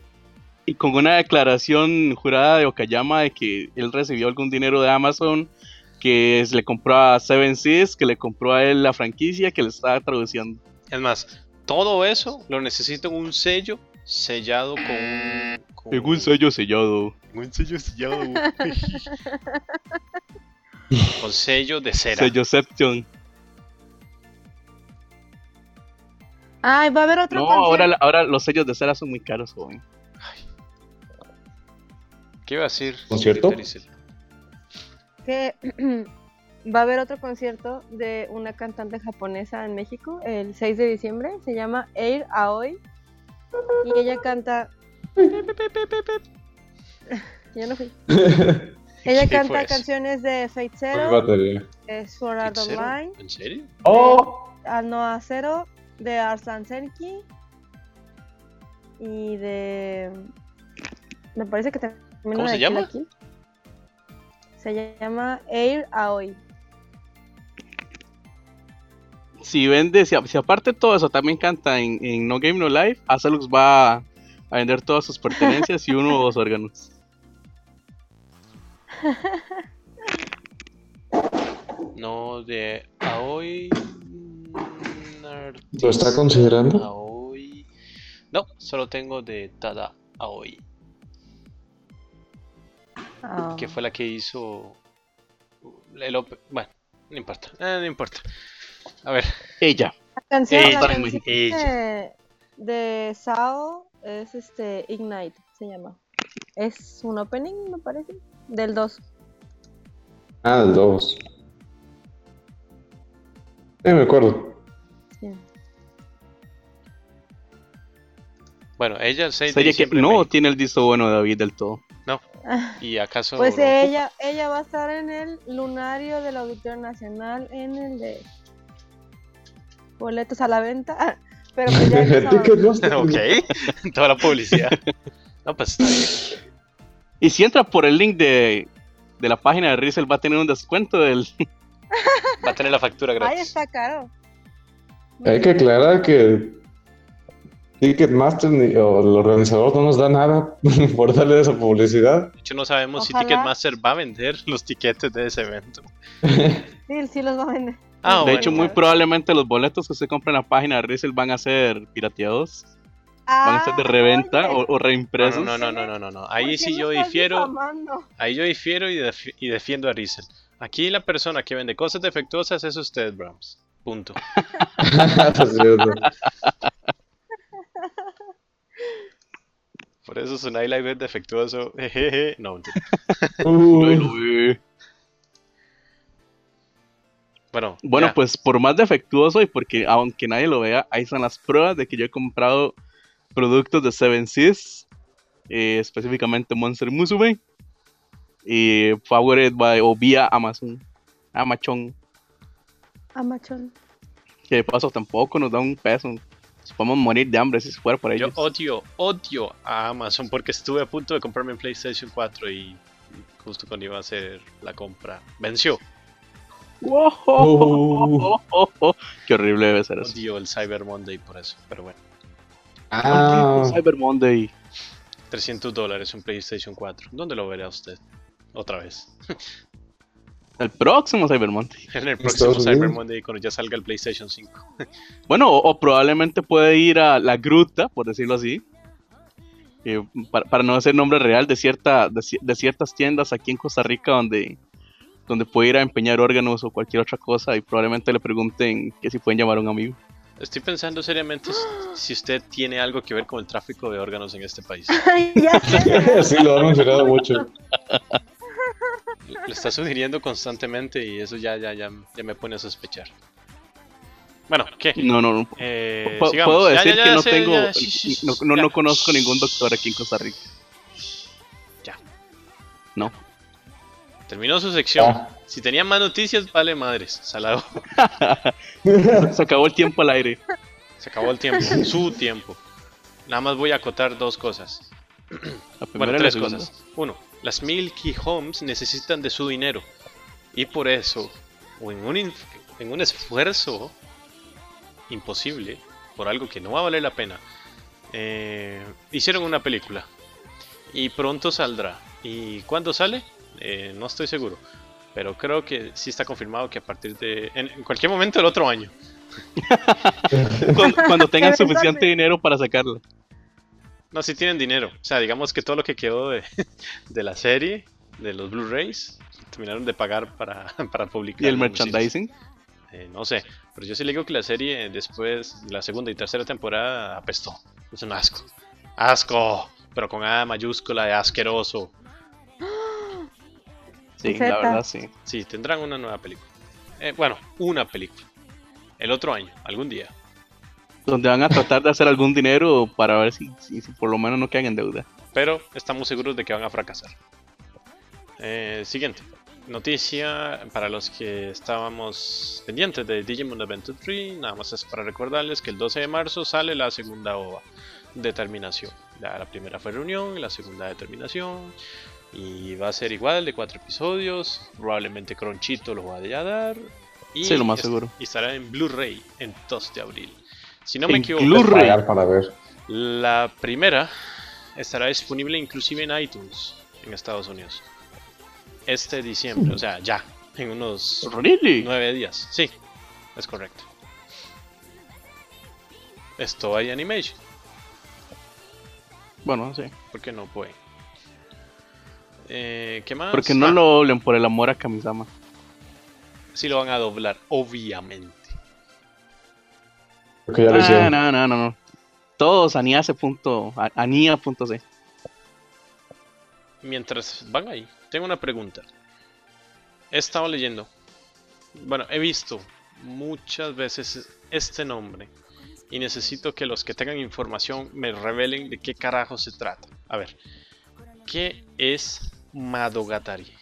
y con una declaración jurada de Okayama de que él recibió algún dinero de Amazon, que es- le compró a Seven Seas, que le compró a él la franquicia, que le estaba traduciendo. Es más, todo eso lo necesito en un sello sellado con. con- En un sello sellado. en un sello sellado. con sello de cera. Selloception. Ay, va a haber otro. No, concierto. ahora, la- ahora los sellos de cera son muy caros, joven. ¿Qué iba a decir? ¿Concierto? Peter Isel? que va a haber otro concierto de una cantante japonesa en México el 6 de diciembre, se llama Air Aoi y ella canta Yo no fui. Ella ¿Qué fue canta eso? canciones de Fate Full Zero, batería. de Sword Art ¿Cero? Online, ¿En serio? ¡Oh! Anoa Zero, de Arslan Senki y de me parece que también ¿Cómo una se de llama? Kill la Kill. Se llama Air Aoi. Si vende, si, a- si aparte de todo eso también canta en, en No Game No Life, Azalux va a a vender todas sus pertenencias y uno o dos órganos. No, de Aoi. mm, ¿Lo está artista considerando? Aoi. No, solo tengo de Tada Aoi, Ah. que fue la que hizo. uh, El op- Bueno, no importa, eh, no importa. A ver, Ella. canción, Ella, la también, canción ella. de, de Sao es este Ignite, se llama. Es un opening, me parece, del 2. Ah, del 2. Eh, me acuerdo. sí. bueno, ella el 6 de Serie que diciembre en no México. tiene el visto bueno de David del todo. ¿Y acaso Pues lo ocupa? ella, ella va a estar en el lunario del Auditorio Nacional, en el de boletos a la venta. Pero pues ya empezó. Ticketmaster. Ok, toda la publicidad. No, pues está bien. Y si entra por el link de, de la página de Rizel va a tener un descuento del... Va a tener la factura Ay, gratis. está caro. Hay que aclarar que Ticketmaster ni- o el organizador no nos da nada por darle esa publicidad. De hecho, no sabemos si Ojalá. Ticketmaster va a vender los tiquetes de ese evento. Sí, sí los va a vender. Ah, de bueno. hecho, muy probablemente los boletos que usted compra en la página de Rizel van a ser pirateados, van a ser de Ah, reventa oye, o, o reimpresos. No, no, no, no, no, no, no. ¿por Ahí qué sí me yo estás difiero. difamando? Ahí yo difiero y, defi- y defiendo a Rizel. Aquí la persona que vende cosas defectuosas es usted, Brahms. Punto. Ah, Pues, sí, o sea, Por eso su nightlife es defectuoso. Jejeje. No, mentira. Ay, uh, lo vi. Bueno, Bueno, ya. pues por más defectuoso y porque aunque nadie lo vea, ahí están las pruebas de que yo he comprado productos de Seven Seas, eh, específicamente Monster Musume y Powered by o vía Amazon, Amazon, Amachón. que de paso tampoco nos da un peso. Nos podemos morir de hambre si fuera por yo ellos. odio, odio a Amazon porque estuve a punto de comprarme un PlayStation 4 y justo cuando iba a hacer la compra, venció. ¡Wow! Qué horrible debe ser eso. Odio el Cyber Monday por eso, pero bueno. ah, Cyber Monday. 300 dólares un PlayStation 4. ¿Dónde lo verá usted? Otra vez. El próximo Cyber Monday. En el próximo Estados Cyber Unidos. Monday cuando ya salga el PlayStation 5. Bueno, o, o probablemente puede ir a la gruta, por decirlo así. eh, para, para no hacer nombre real de, cierta, de, ci- de ciertas tiendas aquí en Costa Rica donde, donde puede ir a empeñar órganos o cualquier otra cosa y probablemente le pregunten que si pueden llamar a un amigo. Estoy pensando seriamente s- si usted tiene algo que ver con el tráfico de órganos en este país. Ay, ya sé. sí, lo han mencionado mucho. Le está sugiriendo constantemente y eso ya, ya, ya, ya me pone a sospechar. Bueno, ¿qué? No, no, no. Eh, Pu- sigamos. Puedo Ya, decir ya, ya, que no sé, tengo. eh, ya, sí, sí, sí, no, sí, no, ya. no conozco ningún doctor aquí en Costa Rica. Ya. No. Terminó su sección. Ah. Si tenía más noticias, vale madres. Salado. Se acabó el tiempo al aire. Se acabó el tiempo. su tiempo. Nada más voy a acotar dos cosas. La primera Bueno, y tres la segunda. cosas. Uno, las Milky Homes necesitan de su dinero. Y por eso, o en un, inf- en un esfuerzo imposible, por algo que no va a valer la pena, eh, hicieron una película. Y pronto saldrá. ¿Y cuándo sale? Eh, no estoy seguro. Pero creo que sí está confirmado que a partir de... En, en cualquier momento del otro año. Cuando, cuando tengan Eventualmente. suficiente dinero para sacarla. No, si tienen dinero. O sea, digamos que todo lo que quedó de, de la serie, de los Blu-rays, terminaron de pagar para, para publicar. Y el en los cines. merchandising. Eh, no sé, pero yo sí le digo que la serie eh, después, la segunda y tercera temporada apestó. Es un asco. Asco, pero con A mayúscula de asqueroso. Sí, Zeta. la verdad, sí. Sí, tendrán una nueva película. Eh, bueno, una película. El otro año, algún día. Donde van a tratar de hacer algún dinero para ver si, si- si por lo menos no quedan en deuda. pero estamos seguros de que van a fracasar. Eh, siguiente. Noticia para los que estábamos pendientes de Digimon Adventure 3, nada más es para recordarles que el 12 de marzo sale la segunda OVA de terminación. Ya la primera fue reunión, la segunda de terminación, y va a ser igual de cuatro episodios, probablemente Cronchito lo vaya a dar. Y Sí, lo más es- seguro. Y estará en Blu-ray en 2 de abril. Si no me En equivoco, Blu-ray. Pagar para ver. la primera estará disponible inclusive en iTunes en Estados Unidos. Este diciembre, o sea, ya, en unos ¿Really? nueve días. Sí, es correcto. Esto hay animation, Bueno, sí. porque no puede. Eh, ¿Qué más? Porque no Ah, lo doblen por el amor a Kamisama. Sí lo van a doblar, obviamente. Porque ya lo Ah, hicieron. no, no, no, no. Todos aniase.ania.c. Mientras van ahí, tengo una pregunta. He estado leyendo. Bueno, he visto muchas veces este nombre. Y necesito que los que tengan información me revelen de qué carajo se trata. A ver, ¿qué es Madogatari?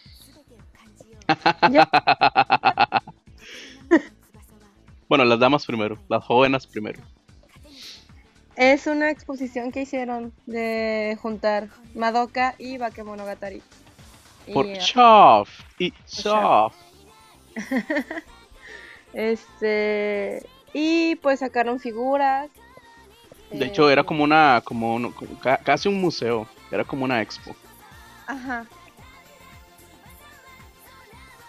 Bueno, las damas primero, las jóvenes primero. Es una exposición que hicieron de juntar Madoka y Bakemonogatari. Y, Por eh, Shaft y Shaft. este y pues sacaron figuras. De eh, hecho, era como una, como, un- como ca- casi un museo. Era como una expo. Ajá.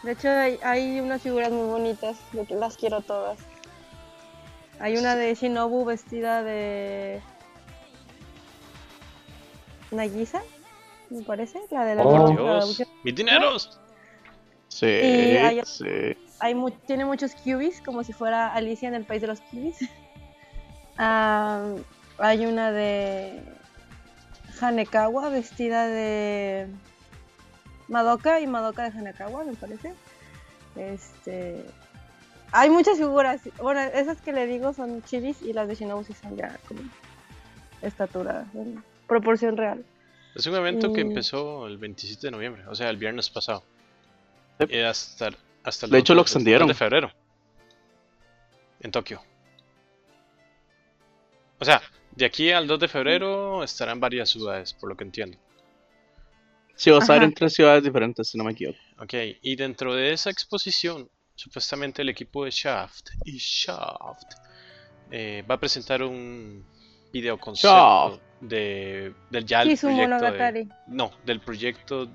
De hecho, hay, hay unas figuras muy bonitas, yo que las quiero todas. Hay una de Shinobu vestida de. Nagisa, me parece, la de la Oh. la- la- Dios, mis dineros. Sí, hay- sí. hay mu- tiene muchos cubis, como si fuera Alicia en el país de los cubis. Ah, hay una de Hanekawa vestida de Madoka y Madoka de Hanekawa, me parece. Este, hay muchas figuras. Bueno, esas que le digo son chibis y las de Shinobu sí son ya como estatura, en proporción real. Es un evento que Mm. empezó el 27 de noviembre, o sea, el viernes pasado. Yep. Y hasta, hasta el De hecho, lo 2 de- extendieron. 2 de febrero. En Tokio. O sea, de aquí al 2 de febrero estarán varias ciudades, por lo que entiendo. Sí, vas a ver Ajá. en tres ciudades diferentes, si no me equivoco. Ok, y dentro de esa exposición, supuestamente el equipo de Shaft y Shaft eh, va a presentar un video concepto Shaft. de, del ya el Y su proyecto de- Monogatari. no, del proyecto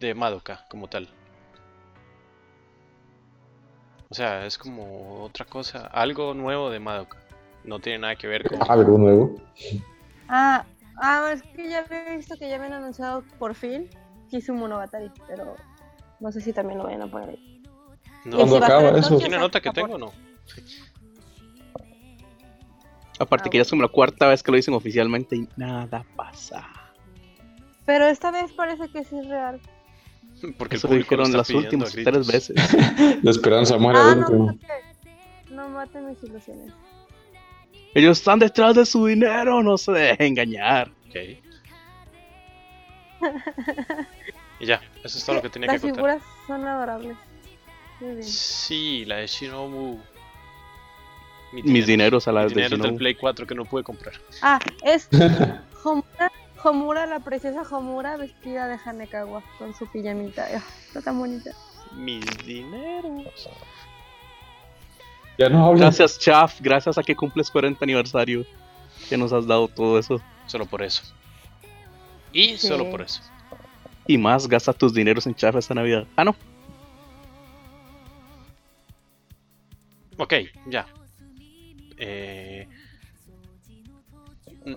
de Madoka como tal. O sea, es como otra cosa, algo nuevo de Madoka. No tiene nada que ver con... Algo nuevo. Ah, ah, es que ya había visto que ya habían anunciado por fin Monogatari, pero no sé si también lo vayan a poner ahí. No, Y si Cuando va a ser acaba en eso. Tokio, ¿Tiene saca nota que por- tengo o no? Aparte Ah, que ya bueno. es como la cuarta vez que lo dicen oficialmente y nada pasa. Pero esta vez parece que sí es real. Porque el Eso público lo dijeron está las pidiendo a últimas gritos. tres veces. La esperanza muere ah, al no, último. porque- no, porque, no maten mis ilusiones. Ellos están detrás de su dinero, no se dejen engañar. Ok. y ya, eso es todo lo que tenía Las que contar. figuras son adorables. Muy bien. Sí, la de Shinobu. Mi Mis dineros a Mi las de dinero del Shinobu. Play 4 que no pude comprar. Ah, es Homura, Homura, la preciosa Homura vestida de Hanekawa con su pijamita. Ah, está tan bonita. Mis dineros. Ya no hablas. Gracias, Chaf. Gracias a que cumples 40 aniversario. Que nos has dado todo eso. Solo por eso. Y Sí. solo por eso. Y más, gasta tus dineros en Chaf esta Navidad. Ah, no. Ok, ya. Eh, n-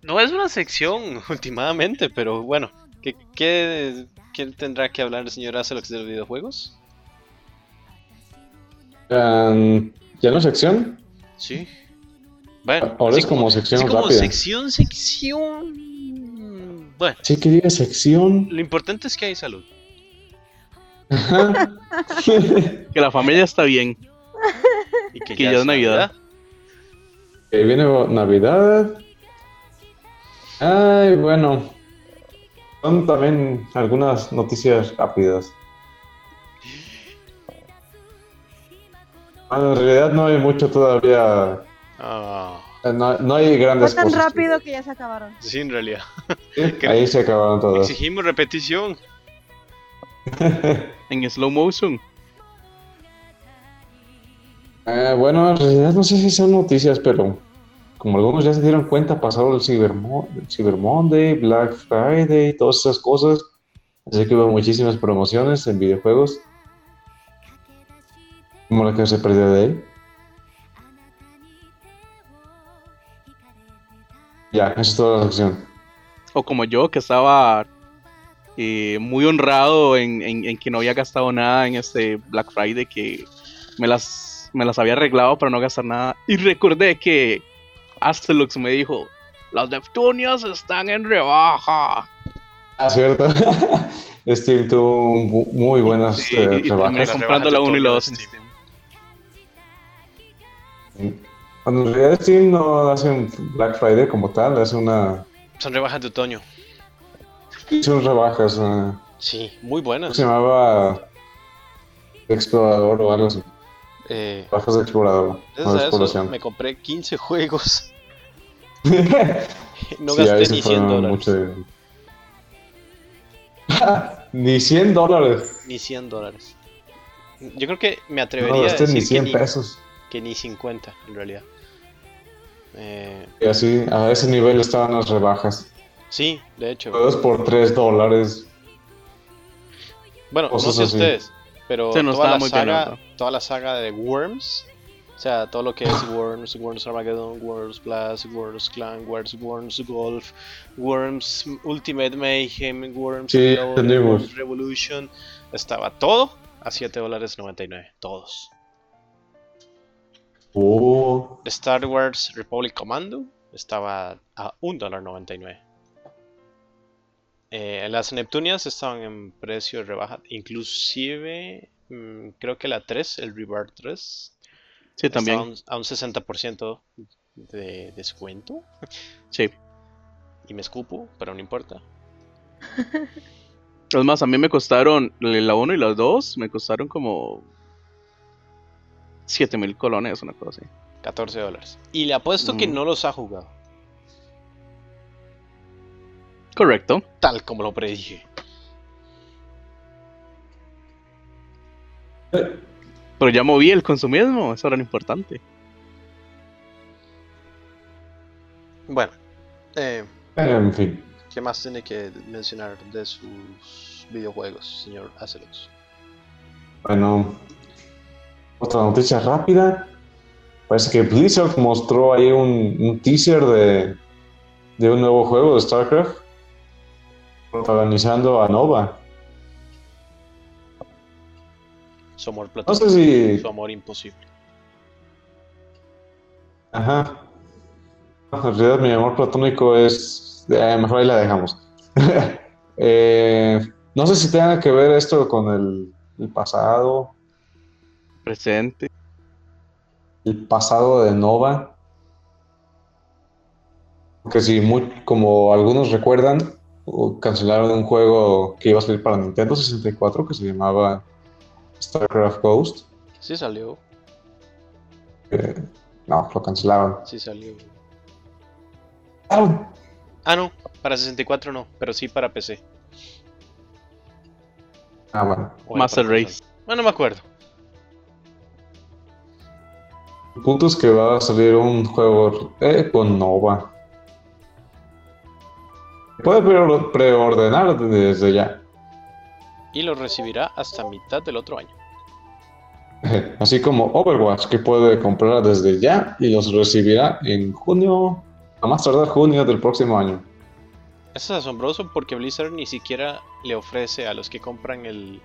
No es una sección últimamente, pero bueno. ¿Qué, qué, qué tendrá que hablar el señor Azelox de los videojuegos? Am, ¿Ya no sección? Sí. Bueno, Ah, Ahora así es como sección así como rápida. sección, sección. Bueno, Sí, que diga sección. lo importante es que hay salud. Ajá. Que la familia está bien. Y que, Que ya es Navidad. Que viene Navidad. Ay, bueno. Son también algunas noticias rápidas. Bueno, en realidad no hay mucho todavía. Ah, eh, No, no hay grandes Fue tan cosas. rápido que ya se acabaron. sí, en realidad. Sí, Ahí se acabaron todas. Exigimos repetición. En slow motion. Eh, bueno, en realidad no sé si son noticias, pero como algunos ya se dieron cuenta, pasado el Cyber, Mo- el Cyber Monday, Black Friday, todas esas cosas. Así que hubo muchísimas promociones en videojuegos. Como la que se perdió de él. Ya, esa es toda la sección. O como yo, que estaba eh, muy honrado en, en- en que no había gastado nada en este Black Friday, que me las, me las había arreglado para no gastar nada. Y recordé que Astelux me dijo, las Neptunias están en rebaja. Ah, cierto. Steam tuvo mu- muy buenas Sí, eh, y terminé rebajas. comprando la 1 y la 2 en Steam. Cuando en realidad Steam no hace un Black Friday como tal, hace una. Son rebajas de otoño. hizo un rebajas. eh, Sí, muy Creo que buenas. se llamaba Explorador o algo así. Eh, Bajas de Explorador. No gracias de a eso exploración. me compré 15 juegos. No Sí, ahí gasté se ni fueron 100 dólares. mucho de- ni 100 dólares. Ni 100 dólares. Yo creo que me atrevería No a gasté decir ni 100 que, ni, pesos. que ni 50 en realidad. Eh, Y así, a ese nivel estaban las rebajas. sí, de hecho. Todos por 3 dólares. Bueno, no Cosas sé así. ustedes, pero Se nos toda, da la muy bien saga, ahorita. toda la saga de Worms, o sea, todo lo que es Worms, Worms Armageddon, Worms Blast, Worms Clan, Worms, Worms Golf, Worms Ultimate Mayhem, Worms, Sí, Reload, entendimos. Worms Revolution, estaba todo a 7 dólares 99, todos. Oh, Star Wars Republic Commando estaba a 1.99. Eh, las Neptunias estaban en precio de rebaja. Inclusive, mm, creo que la 3, el Rebirth 3, Sí, también. estaba a un- a un 60% de descuento. Sí. Y me escupo, pero no importa. Es más, a mí me costaron la 1 y las 2, me costaron como 7 mil colones, una cosa así. 14 dólares. Y le apuesto que Mm. no los ha jugado. Correcto. Tal como lo predije. Pero ya moví el consumismo, eso era lo importante. Bueno. eh, en fin. ¿Qué más tiene que mencionar de sus videojuegos, señor Acelox? Bueno, otra noticia rápida. Parece que Blizzard mostró ahí un, un teaser de, de un nuevo juego de StarCraft protagonizando a Nova. Su amor No platónico, sé si. su amor imposible. Ajá. En realidad, mi amor platónico es. eh, mejor ahí la dejamos. Eh, no sé si tenga que ver esto con el, el pasado. Presente. el pasado de Nova. Porque si muy, como algunos recuerdan, o cancelaron un juego que iba a salir para Nintendo 64 que se llamaba StarCraft Ghost. Sí salió, que- no, lo cancelaron. sí salió. ¡Ah! Ah, no, para 64 no, pero sí para PC. Ah, bueno. o era Master para Race. consola. Bueno, no me acuerdo. El punto es que va a salir un juego eh, con Nova. Puede pre- preordenar desde ya. Y lo recibirá hasta mitad del otro año. Así como Overwatch, que puede comprar desde ya y los recibirá en junio, a más tardar junio del próximo año. Eso es asombroso porque Blizzard ni siquiera le ofrece a los que compran el,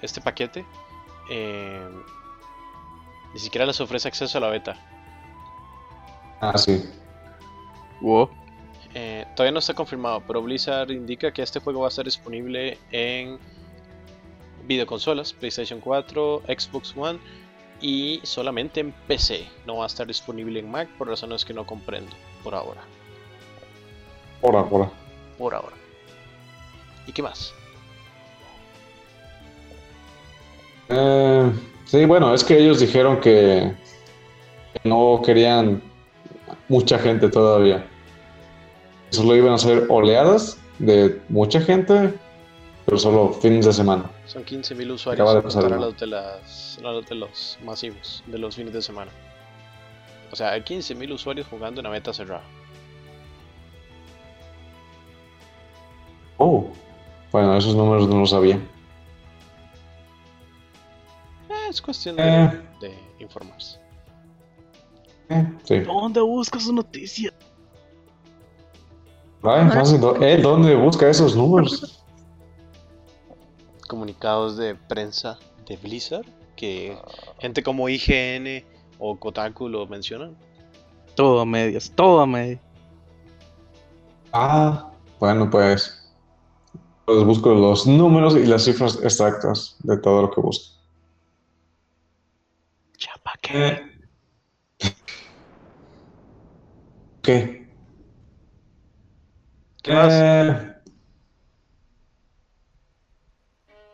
este paquete, eh, ni siquiera les ofrece acceso a la beta. Ah, sí. Wow. Eh, todavía no está confirmado, pero Blizzard indica que este juego va a estar disponible en videoconsolas, PlayStation 4, Xbox One y solamente en PC. No va a estar disponible en Mac por razones que no comprendo por ahora. Por ahora. Por ahora. ¿Y qué más? Eh, sí, bueno, es que ellos dijeron que que no querían mucha gente todavía. Solo iban a ser oleadas de mucha gente, pero solo fines de semana. Son 15.000 usuarios Acaba de contar pasar, a ¿no? los de, las, a los de los masivos, de los fines de semana. O sea, hay 15.000 usuarios jugando en la beta cerrada. Oh, bueno, esos números no los sabía. Eh, es cuestión de, Eh, de informarse. eh, sí. ¿Dónde buscas su noticia? Ay, fácil, ¿dó- eh, ¿Dónde busca esos números? comunicados de prensa de Blizzard que gente como IGN o Kotaku lo mencionan. Todo a medias, todo a medias. Ah, bueno, pues. Pues busco los números y las cifras exactas de todo lo que busco. Ya, ¿pa' qué? Eh. ¿Qué? ¿Qué más? Eh,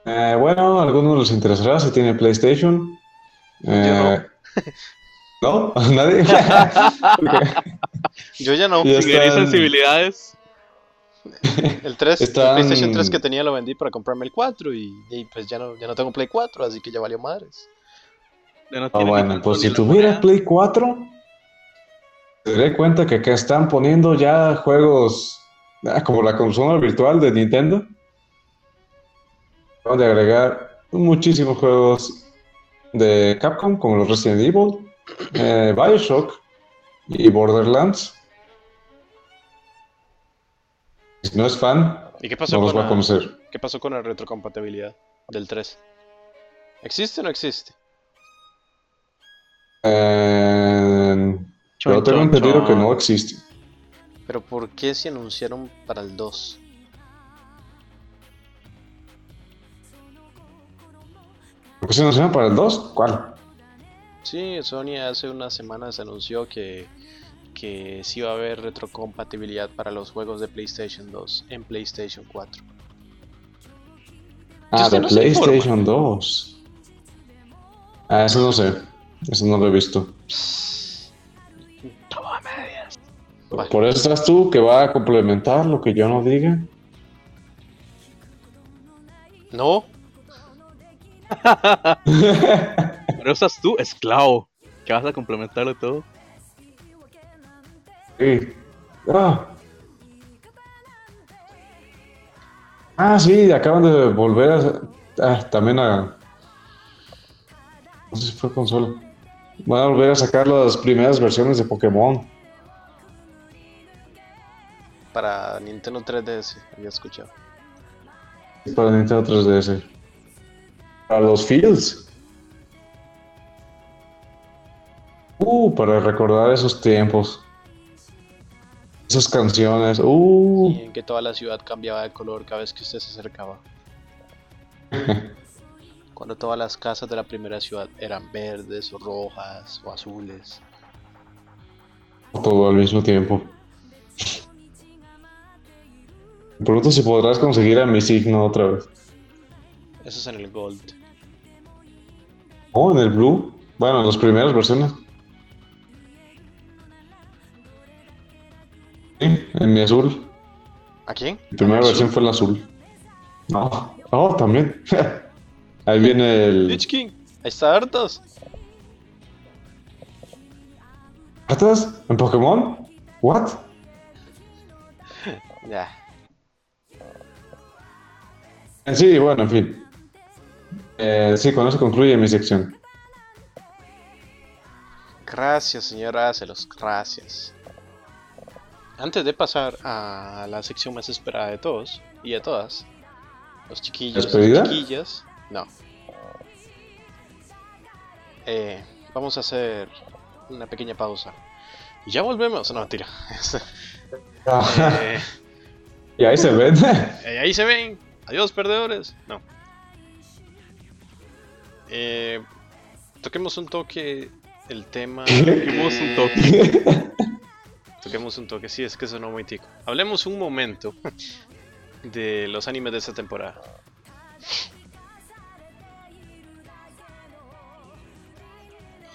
eh, bueno, a algunos les interesará si tiene PlayStation. Eh, no. ¿A nadie? Yo ya no. Ya Si queréis están- sensibilidades. El 3, están- el PlayStation 3 que tenía lo vendí para comprarme el 4 y, y pues ya no, ya no tengo Play 4, así que ya valió madres. Ya no Ah, tiene bueno, ni pues si control ni tuviera la moneda. Play 4, te daré cuenta que acá están poniendo ya juegos ah, como la consola virtual de Nintendo. Van a agregar muchísimos juegos de Capcom, como los Resident Evil, eh, Bioshock y Borderlands. Si no es fan, ¿Y qué no pasó, los con va a la, conocer. qué pasó con la retrocompatibilidad del 3? ¿Existe o no existe? Eh, Chon, pero tengo chon, entendido que chon. no existe. Pero ¿por qué se anunciaron para el 2? ¿Por qué se anunciaron para el 2? ¿Cuál? Sí, Sony hace unas semanas anunció que, que sí va a haber retrocompatibilidad para los juegos de PlayStation 2 en PlayStation 4. Ah, Este de no se PlayStation 2. Ah, eso no sé. Eso no lo he visto. Vale. Por eso estás tú que va a complementar lo que yo no diga. No, Pero estás tú, esclavo. Que vas a complementarlo todo. Sí. Ah. Ah, sí, acaban de volver a, ah, también a. No sé si fue consola. Van a volver a sacar las primeras versiones de Pokémon. para Nintendo 3DS, había escuchado. Para Nintendo 3DS. Para los Fields. Uh, para recordar esos tiempos. Esas canciones. Uh. Y en que toda la ciudad cambiaba de color cada vez que usted se acercaba. cuando todas las casas de la primera ciudad eran verdes o rojas o azules. Todo al mismo tiempo. Pronto si podrás conseguir a mi signo otra vez. Eso es en el Gold. Oh, en el Blue. Bueno, en las primeras versiones. Sí, en mi azul. ¿A quién? Mi primera versión fue el azul. No. Oh, también. Ahí viene el. Lich King. Ahí está hartos. ¿Cartas? ¿En Pokémon? ¿What? Ya. Eh, Sí, bueno, en fin. Eh, sí, con eso concluye mi sección. Gracias, señora Acelos. Gracias. Antes de pasar a la sección más esperada de todos y de todas, los chiquillos, ¿Despedida? las chiquillas, no. Eh, vamos a hacer una pequeña pausa. Y ya volvemos. No, mentira. Eh, y ahí se ven. eh, ahí se ven. Adiós, perdedores. No. Eh, toquemos un toque el tema. Toquemos un toque. Toquemos un toque, sí, es que sonó muy tico. Hablemos un momento de los animes de esta temporada.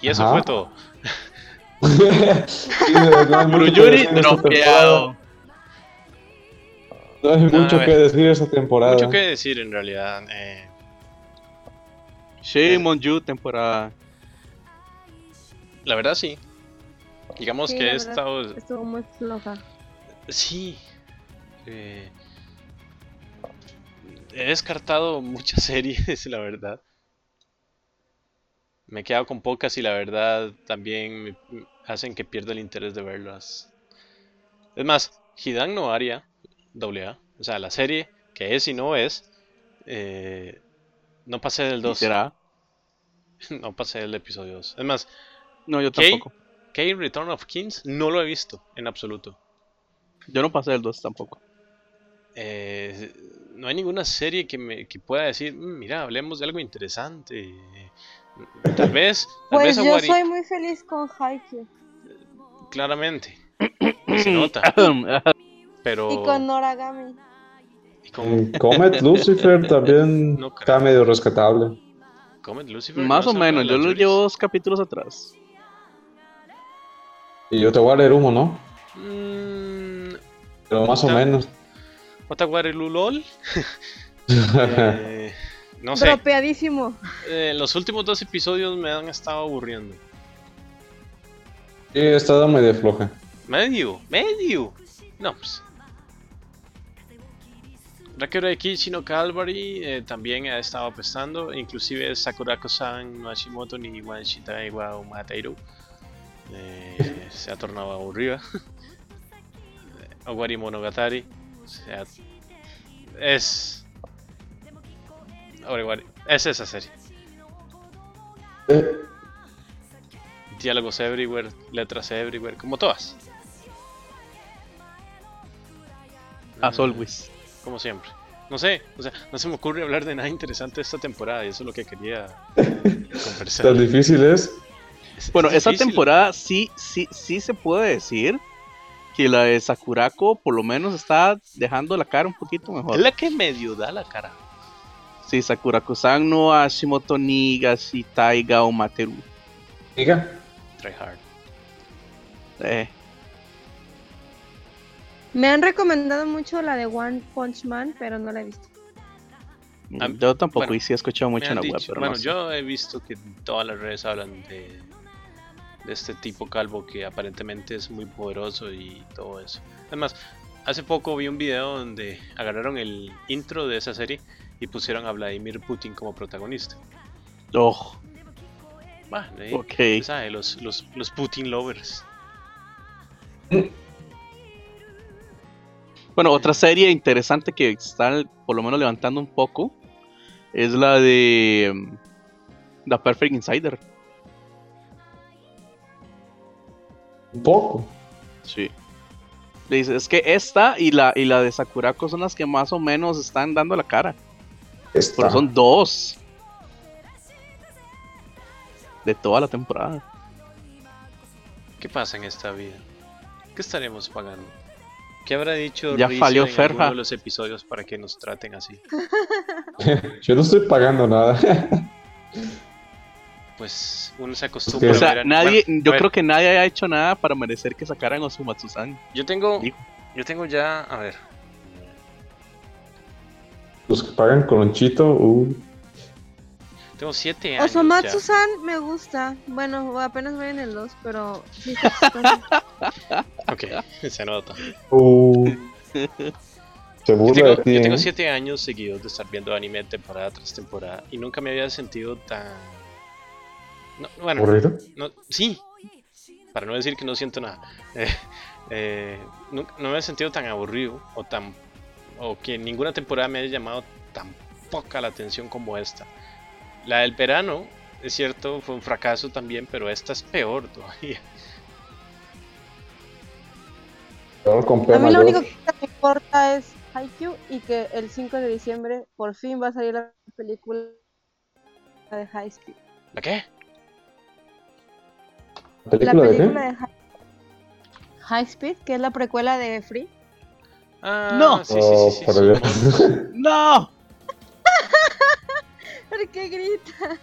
Y eso Ajá. fue todo. Sí, de verdad, mucho que Bruyuri decir esta dropeado. temporada. No hay No, mucho a ver. que decir esta temporada. Mucho que decir en realidad. eh, Shame on you, temporada. la verdad sí. Digamos Sí, que la he verdad. estado... Estuvo muy floja. Sí. eh, he descartado muchas series, la verdad. Me he quedado con pocas y la verdad también me- me hacen que pierda el interés de verlas. Es más, Hidan no Aria, AA, o sea, la serie que es y no es, eh, no pasé del 2, ¿Será? no pasé del episodio 2. Es más, No, yo ¿Qué? tampoco. K Return of Kings no lo he visto en absoluto. Yo no pasé del 2 tampoco. eh, no hay ninguna serie que, me, que pueda decir, "Mm, mira, hablemos de algo interesante. Tal vez, tal vez Pues yo Awari, soy muy feliz con Haikyuu claramente. y Se nota, pero. Ah, y con Noragami. y con Mm, Comet Lucifer también No creo. está medio rescatable. Comet Lucifer, Más no o se habla menos, de yo las lo series. llevo dos capítulos atrás. Y yo te voy a leer humo, ¿no? Mm, Pero más o Está- menos. Otaguari Lulol. eh, no sé, Dropeadísimo. eh, los últimos dos episodios me han estado aburriendo. Sí, he estado medio floja. Medio, medio. No, pues. Rakero de Kichino Calvary eh, también ha estado apestando, inclusive Sakurako-san, no Hashimoto ni Wanshitai wa Umateiru eh, se ha tornado aburrida. Owari Monogatari se ha- es. Owari- es esa serie. Eh, Diálogos everywhere, letras everywhere, como todas. As Mm. always. como siempre. No sé, o sea, no se me ocurre hablar de nada interesante esta temporada y eso es lo que quería conversar. tan difícil es. Este, Es- es Bueno, esa difícil. temporada sí, sí, sí se puede decir que la de Sakurako por lo menos está dejando la cara un poquito es mejor. la que medio da la cara. Sí, Sakurako-san no Hashimoto ni Gashitai Gao Materu. Diga. Try hard. Eh, Me han recomendado mucho la de One Punch Man, pero no la he visto. Ah, yo tampoco bueno, y sí he escuchado Me mucho en han la web, dicho- pero bueno, no sé. yo he visto que todas las redes hablan de, de este tipo calvo que aparentemente es muy poderoso y todo eso. Además, hace poco vi un video donde agarraron el intro de esa serie y pusieron a Vladimir Putin como protagonista. Oh, Bah, ahí, ok. ¿sabe? Los, los, los Putin lovers. Bueno, otra serie interesante que está por lo menos levantando un poco es la de mm, The Perfect Insider. Un poco. Sí. Le dice, es que esta y la, y la de Sakurako son las que más o menos están dando la cara. Está. Pero son dos. de toda la temporada. ¿Qué pasa en esta vida? ¿Qué estaremos pagando? ¿Qué habrá dicho Ya Rizzo falló en Ferja. alguno de los episodios para que nos traten así? Yo no estoy pagando nada. Pues uno se acostumbra. O Pero sea, a ver a- nadie, bueno, a yo ver, creo que nadie ha hecho nada para merecer que sacaran a Osumatsu-san. Yo tengo, Dijo. yo tengo ya, a ver, Los que pagan cronchito, uh, tengo siete años. ya. Osomatsu-san me gusta. Bueno, apenas voy en el 2, pero... sí está chistoso. Ok, se nota. Yo uh. Se burla tengo, de ti, yo ¿eh? tengo siete años seguidos de estar viendo anime temporada tras temporada y nunca me había sentido tan. No, bueno, ¿Aburrido? no, sí. Para no decir que no siento nada. Eh, eh, nu- no, me he sentido tan aburrido o tan. O que ninguna temporada me haya llamado tan poca la atención como esta. La del verano, es cierto, fue un fracaso también, pero esta es peor todavía. Ahora con P A mí lo mayor. único que me importa es Haikyuu y que el 5 de diciembre por fin va a salir la película de Haikyuu. ¿La qué? ¿La La película de película qué? de High, High Speed, que es la precuela de Free. Ah, No. Sí, sí, sí, sí, Oh, por sí. Dios. ¡No! ¿Por qué grita?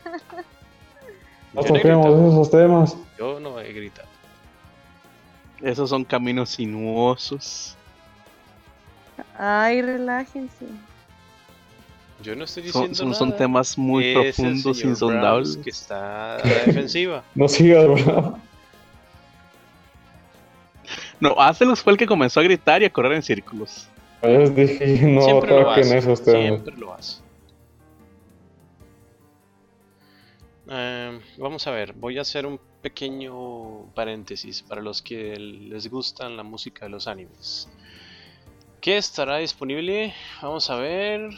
No Yo no he toquemos gritado. esos temas. Yo no he gritado. Esos son caminos sinuosos. Ay, relájense. Yo no estoy Son, diciendo son- nada. Eh, son temas muy Es el profundos, señor insondables. Browns Que está a la defensiva. No sigas, bro. No, Acelus fue el que comenzó a gritar y a correr en círculos. Yo les dije, no siempre lo toquen hace. esos temas. Siempre lo hace. Eh, vamos a ver, voy a hacer un pequeño paréntesis para los que les gustan la música de los animes. ¿Qué estará disponible? Vamos a ver.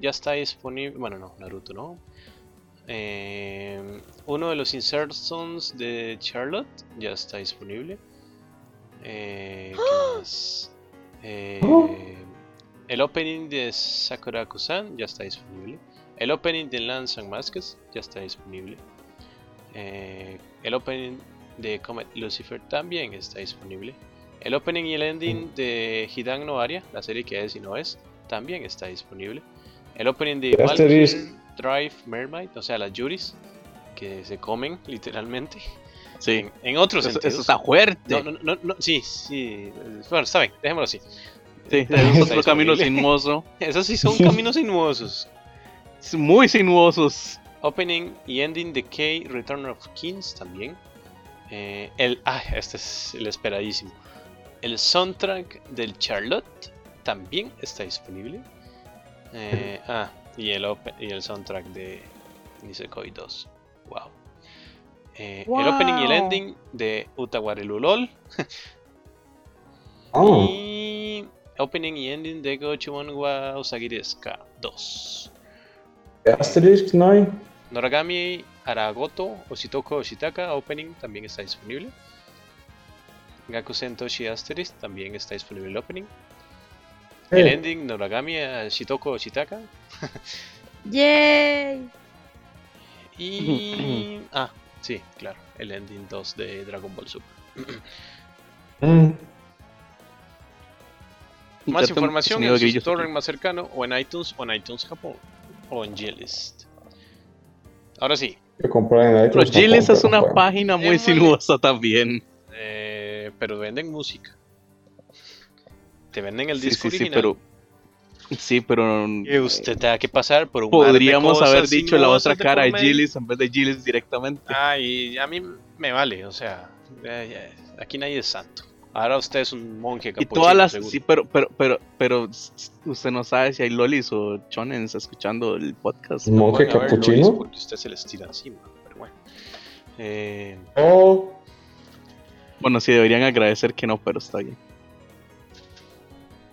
Ya está disponible. Bueno, no, Naruto no. Eh, uno de los insertions de Charlotte ya está disponible. Eh, ¡Ah! ¿qué más? Eh, Oh. el opening de Sakura-san ya está disponible. El opening de Lance and Masks ya está disponible. Eh, el opening de Comet Lucifer también está disponible. El opening y el Mm. ending de Hidan no Aria, la serie que es y no es, también está disponible. El opening de Pero este Valkyrie disc- Drive Mermaid, o sea, las Yuris, que se comen literalmente. Sí. En, en otro Eso, sentido. eso está fuerte. No, no, no, no, sí, sí. eh, Bueno, está bien, dejémoslo así. Sí, Está es otro disponible. camino sinuoso. Esos sí son caminos sinuosos. Es Muy sinuosos. Opening y ending de K Return of Kings también. Eh, el, ah, este es el esperadísimo. El soundtrack del Charlotte también está disponible. Eh, ah, y el, ope- y el soundtrack de Nisekoi 2. Wow. Eh, El opening y el Wow. ending de Utawarelulol. Oh, Y opening y ending de Gochimon wa Usagireska 2. ¿de Asterisk no hay? Noragami Aragoto, Oshitoko Oshitaka, Opening también está disponible. Gakusen Toshi Asterisk también está disponible el Opening. El Eh, Ending Noragami eh, Shitoko Oshitaka. ¡Yay! Y. ah, sí, claro, el Ending 2 de Dragon Ball Super. mm, Más Inserte un información sonido en de su grillos store aquí. más cercano o en iTunes o en iTunes Japón o en G-List. Ahora sí, que comprar en Pero iTunes, no Gilles es compro, una bueno. página muy Démosle. sinuosa también. eh, pero venden música. Te venden el Sí, disco sí, sí, original. pero. Sí, pero. Y usted te ha que pasar por un mar de Podríamos cosas haber dicho la sinuosas otra de cara de por medio. Gilles en vez de Gilles directamente. Ah, y a mí me vale, o sea, eh, eh, aquí nadie es santo. Ahora usted es un monje Y capuchino, todas las. seguro. Sí, pero, pero, pero, pero s- s- usted no sabe si hay lolis o chonens escuchando el podcast. No ¿Monje van a ver lolis capuchino? Porque usted se les tira encima, pero bueno. Eh, Oh, Bueno, sí, deberían agradecer que no, pero está bien.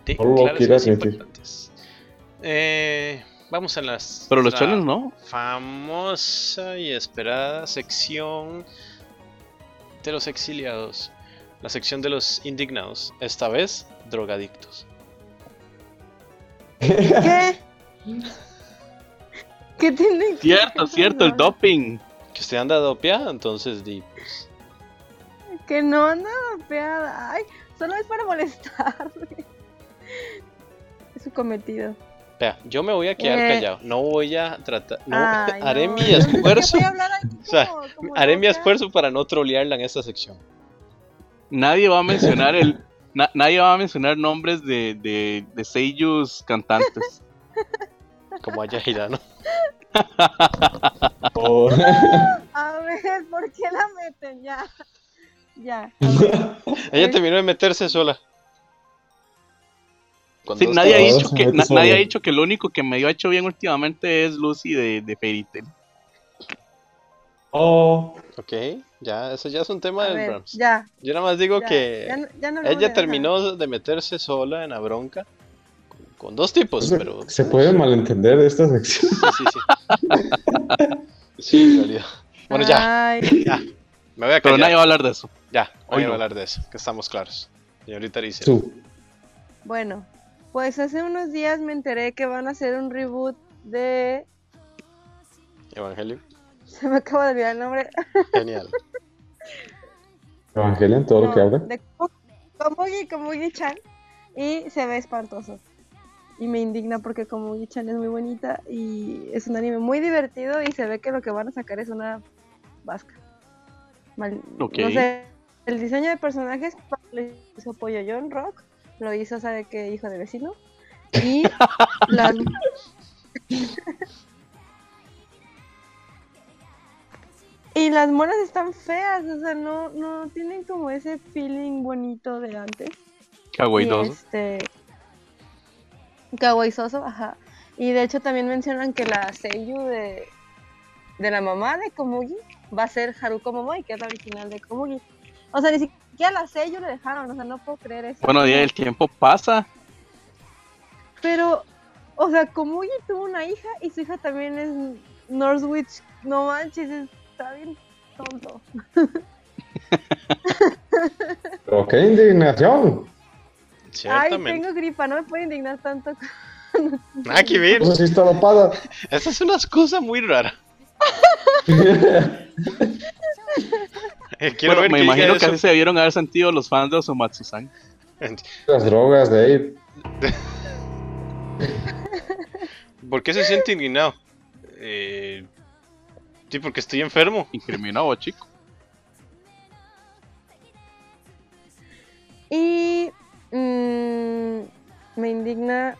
de- No lo claras quiero y admitir. impactantes. Eh, vamos a las... Pero los nuestra chonens no. Famosa y esperada sección de los exiliados. La sección de los indignados. Esta vez, drogadictos. ¿Qué? ¿Qué tiene que Cierto, cierto, el dop doping. Que usted anda dopeada, entonces di, pues, Que no anda mapeada. Ay, solo es para molestarme. Es su cometido. vea, yo me voy a quedar Eh. callado. No voy a tratar. No, Ay, haré no, mi entonces, ¿qué esfuerzo. voy a hablar aquí O sea, como- como Haré mi loca? esfuerzo para no trolearla en esta sección. Nadie va a mencionar el. na- nadie va a mencionar nombres de, de, de seiyus cantantes. Como haya girado. O- A ver, ¿por qué la meten? Ya. Ya. Ella terminó de meterse sola. Con Sí, dos nadie, ha todos cabezas. dicho que, meten na- solo. nadie ha dicho que lo único que me ha hecho bien últimamente es Lucy de, de Fairy Tail. Oh, o- Ok, ya, eso ya es un tema A del ver, Brahms. ya. Yo nada más digo ya, que ya no- ya no hablamos de- ella ajá. terminó de meterse sola en la bronca con dos tipos, se- pero Se puede malentender esta sección. sí, sí, sí. Sí, en realidad. Bueno, Ah. ya, Ay, ya. Me voy a Pero callar. nadie va a hablar de eso. Ya, Hoy hoy no no. voy a hablar de eso, que estamos claros. Señorita Alicia. Su- bueno, pues hace unos días me enteré que van a hacer un reboot de. Evangelio. Se me acaba de olvidar el nombre. Genial. Evangelion, todo lo que No, habla. De Komugi, Komugi-chan. Y se ve espantoso. Y me indigna porque Komugi-chan es muy bonita y es un anime muy divertido y se ve que lo que van a sacar es una vasca. Mal- Ok. No sé, el diseño de personajes lo hizo Pollo John Rock, lo hizo, ¿sabe qué? Hijo de vecino. Y las... Y las monas están feas, o sea, no, no tienen como ese feeling bonito de antes. Kawaii Y, dos. Este... Kawaii soso, ajá. Y de hecho también mencionan que la seiyu de, de la mamá de Komugi va a ser Haruko Momoi, que es la original de Komugi. O sea, ni siquiera la seiyu le dejaron, o sea, no puedo creer eso. Bueno, ya el tiempo pasa. Pero, o sea, Komugi tuvo una hija y su hija también es Northwich. No manches, está bien tonto. Pero qué indignación. Ay, Ciertamente. tengo gripa, no me puedo indignar tanto. Nada que ver. Eso sí está dopada. Esa es una excusa muy rara. Eh, Quiero Bueno, ver me que diga imagino que eso. así se debieron haber sentido los fans de Osomatsu-san. Las drogas de ahí. ¿Por qué se siente indignado? Eh, sí, porque estoy enfermo. Incriminado, chico. Y mm, me indigna.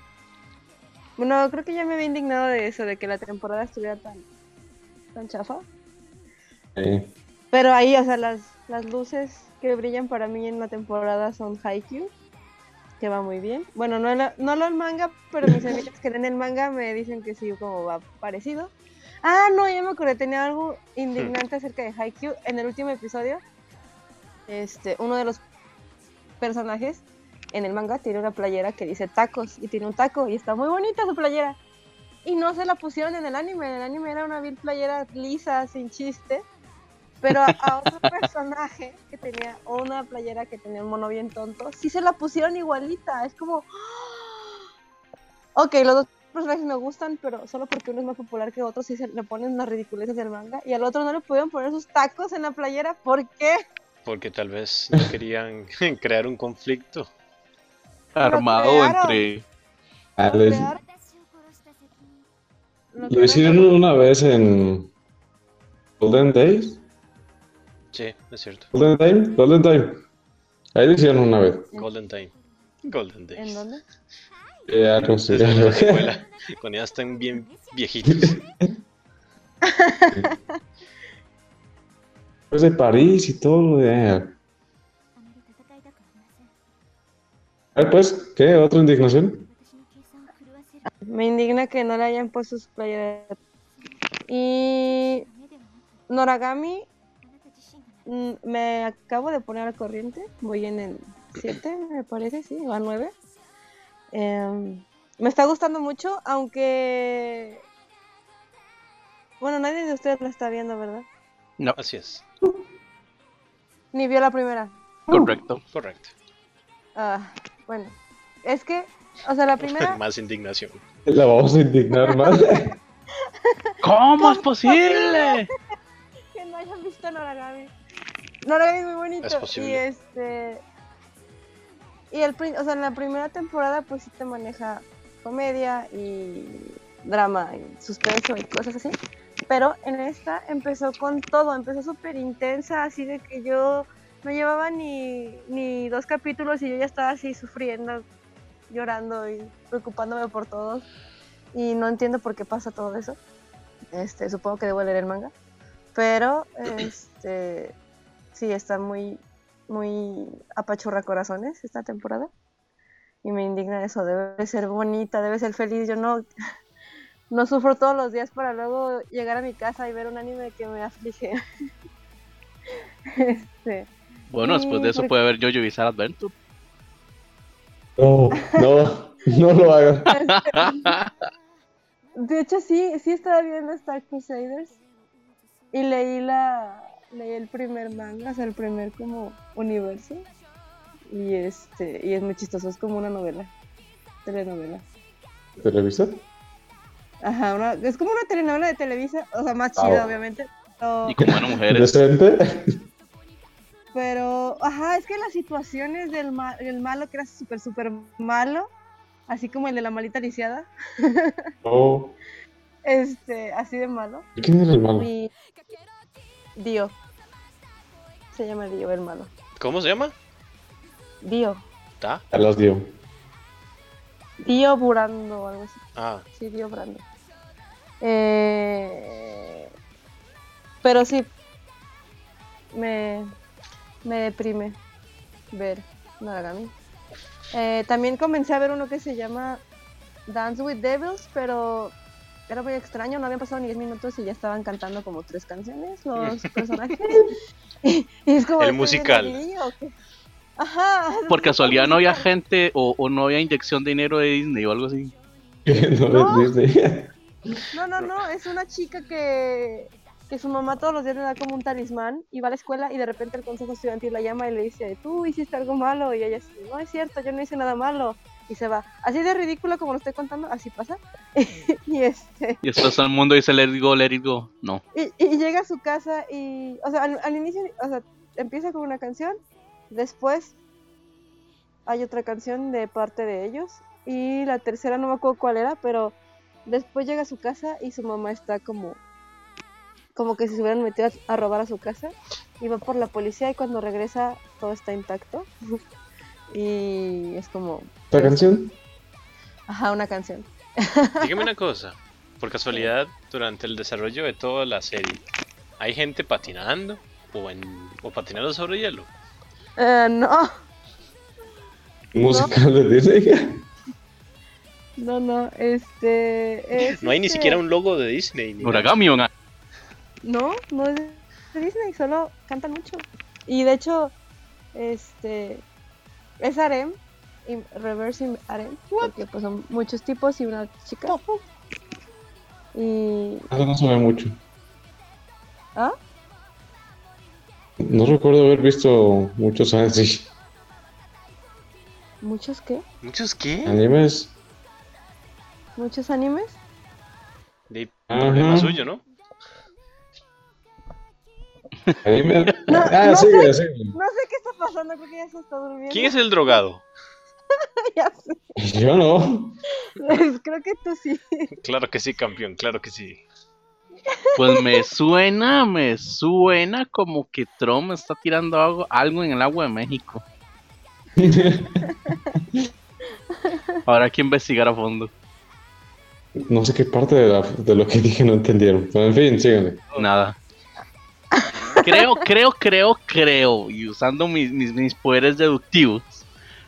Bueno, creo que ya me había indignado de eso, de que la temporada estuviera tan, tan chafa. Sí. Pero ahí, o sea, las, las luces que brillan para mí en la temporada son Haikyuu, que va muy bien. Bueno, no, la- no lo el manga, pero mis amigas que leen el manga me dicen que sí, como va parecido. Ah, no, ya me acordé, tenía algo indignante acerca de Haikyuu en el último episodio. Este, uno de los personajes en el manga tiene una playera que dice tacos y tiene un taco y está muy bonita su playera. Y no se la pusieron en el anime, en el anime era una vil playera lisa, sin chiste. Pero a, a otro personaje que tenía una playera que tenía un mono bien tonto, sí se la pusieron igualita. Es como. ¡Ah! Ok, los dos personajes me gustan, pero solo porque uno es más popular que otro, sí se le ponen las ridiculeces del manga. Y al otro no le pudieron poner sus tacos en la playera. ¿Por qué? Porque tal vez no querían crear un conflicto. Armado crearon. entre. Ah, Lo le- crearon- lo Lo crearon hicieron una vez en Golden Days. Sí, es cierto. Golden Time. Golden Time. Ahí lo hicieron una vez. Golden Time. Golden ¿En Days. dónde? Eh, algo así, Desde algo la así. secuela, Cuando ya están bien viejitos. Después de París y todo eh. lo de. A ver, pues, ¿qué? ¿Otra indignación? Me indigna que no le hayan puesto sus playeras. Y. Noragami Mm, Me acabo de poner al corriente. Voy en el 7, me parece, sí, o al 9. Em, me está gustando mucho, aunque. Bueno, nadie de ustedes la está viendo, ¿verdad? No, Así es, Ni vio la primera. correcto. correcto. Ah, bueno, es que, o sea, la primera. Más indignación. La vamos a indignar más. ¿Cómo es posible? gusta Noragami. Noragami es muy bonito. Es posible. y este. Y el, prin- o sea, en la primera temporada, pues sí te maneja comedia y drama y suspenso y cosas así. Pero en esta empezó con todo, empezó súper intensa, así de que yo no llevaba ni, ni dos capítulos y yo ya estaba así sufriendo, llorando y preocupándome por todos. Y no entiendo por qué pasa todo eso. Este, supongo que debo leer el manga. Pero este sí está muy muy apachurra corazones esta temporada. Y me indigna eso, debe ser bonita, debe ser feliz. Yo no no sufro todos los días para luego llegar a mi casa y ver un anime que me aflige. este, Bueno, después de eso Sí, puede haber Jojo Bizarre Adventure. No, no, no lo hagas. De hecho, sí, sí estaba viendo Star Crusaders y leí la leí el primer manga, o sea, el primer como universo. Y este, y es muy chistoso, es como una novela, telenovela. ¿Televisa? Ajá, una- es como una telenovela de Televisa, o sea, más Ah, chida, bueno. obviamente. pero- Y como eran mujeres. ¿Decente? Pero, ajá, es que las situaciones del ma- el malo que era súper, súper malo, así como el de la malita lisiada, No. este, así de malo. ¿Quién era el malo? Y Dio. Se llama Dio, el malo. ¿Cómo se llama? Dio. ¿Ta? Ya las dio. Dio Burando o algo así. Ah, Sí, Dio Brando. Eh, Pero sí, me, me deprime ver Naragami. Eh, también comencé a ver uno que se llama Dance with Devils, pero era muy extraño, no habían pasado ni 10 minutos y ya estaban cantando como tres canciones los personajes. y, y es como, El ¿estoy viendo musical. anime o qué? Ajá. Por casualidad no había gente gente o, o no había inyección de dinero de Disney o algo así. No No. es Disney. No, no, no, es una chica que, que su mamá todos los días le da como un talismán y va a la escuela y de repente el consejo estudiantil la llama y le dice, tú hiciste algo malo y ella dice, no es cierto, yo no hice nada malo y se va. Así de ridículo como lo estoy contando, así pasa. y este Y después todo el mundo dice, let it go, let it go. No. y, y llega a su casa y, o sea, al, al inicio, o sea, empieza con una canción, después hay otra canción de parte de ellos y la tercera no me acuerdo cuál era, pero después llega a su casa y su mamá está como, como que si se hubieran metido a, a robar a su casa y va por la policía y cuando regresa todo está intacto y es como, ¿Esta canción? ajá, una canción. dígame una cosa. Por casualidad, durante el desarrollo de toda la serie, ¿hay gente patinando? ¿O, en, o patinando sobre hielo? Eh, no. Musical de Disney. No, no, este... es No hay ni este- siquiera un logo de Disney. ni nada. Noragami, o na- No, no es de Disney, solo cantan mucho. Y de hecho, este es harem, y reverse im- harem, porque pues son muchos tipos y una chica. Y Eso no se ve mucho. ¿Ah? No recuerdo haber visto muchos ah, así. muchos qué? ¿Muchos qué? Animes. Muchos animes. De Ajá. problema suyo, ¿no? Animes. No, ah, no sí, sé. sí. No sé qué está pasando, creo que ya se está durmiendo. ¿Quién es el drogado? Ya sé. Yo no. Pues, creo que tú sí. Claro que sí, campeón, claro que sí. Pues me suena, me suena como que Trump está tirando algo, algo en el agua de México. Habrá que investigar a fondo. No sé qué parte de, la- de lo que dije no entendieron. Pero en fin, síganle. Nada. Creo, creo, creo, creo. Y usando mis, mis, mis poderes deductivos,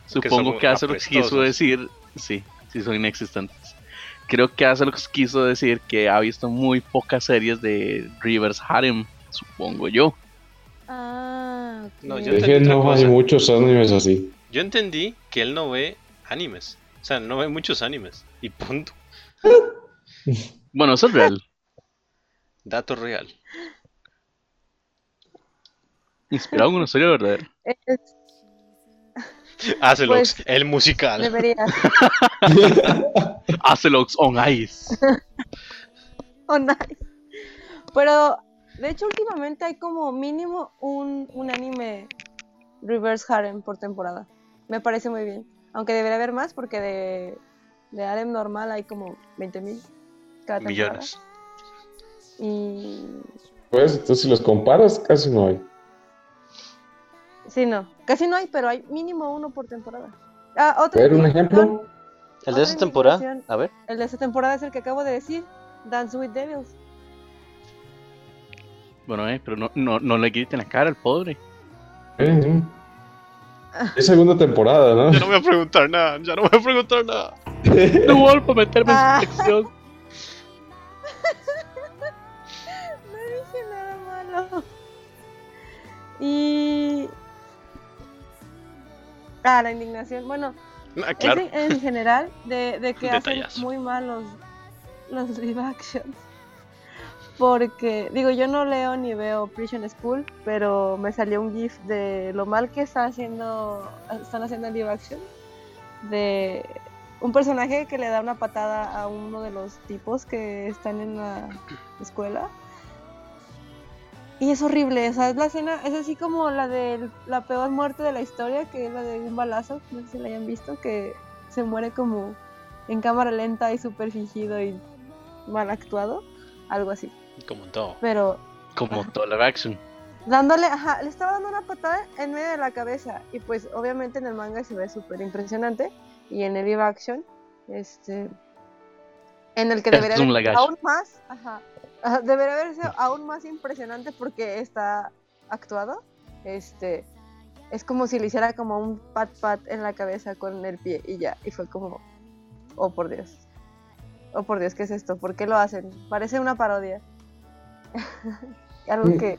Que supongo son que Azerox quiso apestosos. decir. Sí, sí, son inexistentes. Creo que Azerox quiso decir que ha visto muy pocas series de Rivers Harem, supongo yo. Ah, ok. No, yo Dije, otra no hay cosa. muchos animes así. Yo entendí que él no ve animes. O sea, no ve muchos animes. Y punto. Bueno, eso es real. Dato real. Inspirado en una historia verdadera. Es- Azelox, Pues, el musical. deberías. Azerox on Ice. Oh, nice. Pero De hecho, últimamente hay como mínimo un, un anime Reverse Harem por temporada. Me parece muy bien. Aunque debería haber más porque de, de Harem normal hay como 20 mil cada temporada. Millones. Y... Pues entonces si los comparas, casi no hay. Sí, no. Casi no hay, pero hay mínimo uno por temporada. Ah, otro ¿Ver un indicación, ejemplo? El de Otra esa temporada, indicación. a ver, El de esta temporada es el que acabo de decir. Dance with Devils. Bueno, eh, pero no, no, no le griten la cara al pobre. Eh, sí. Ah. Es segunda temporada, ¿no? Ya no voy a preguntar nada, ya no voy a preguntar nada. No vuelvo a meterme Ah. en su sección. No dije nada malo. Y. Ah, la indignación. Bueno, Ah, es claro. en, en general de, de que hacen Detallazo. muy malos los live actions. Porque, digo, yo no leo ni veo Prison School, pero me salió un GIF de lo mal que está haciendo, están haciendo el live action. De un personaje que le da una patada a uno de los tipos que están en la escuela. Y es horrible, o sea, es la escena, es así como la de la peor muerte de la historia, que es la de un balazo, no sé si la hayan visto, que se muere como en cámara lenta y súper fingido y mal actuado, algo así. Como en todo. Pero Como toda la reacción. dándole, ajá, le estaba dando una patada en medio de la cabeza y pues obviamente en el manga se ve súper impresionante y en el live action, este, en el que Es debería un haber lagazo. aún más, ajá, ajá, debería haberse aún más impresionante porque está actuado, este, es como si le hiciera como un pat pat en la cabeza con el pie y ya, y fue como, oh por Dios, oh por Dios, ¿qué es esto? ¿Por qué lo hacen? Parece una parodia. Algo Mm. que,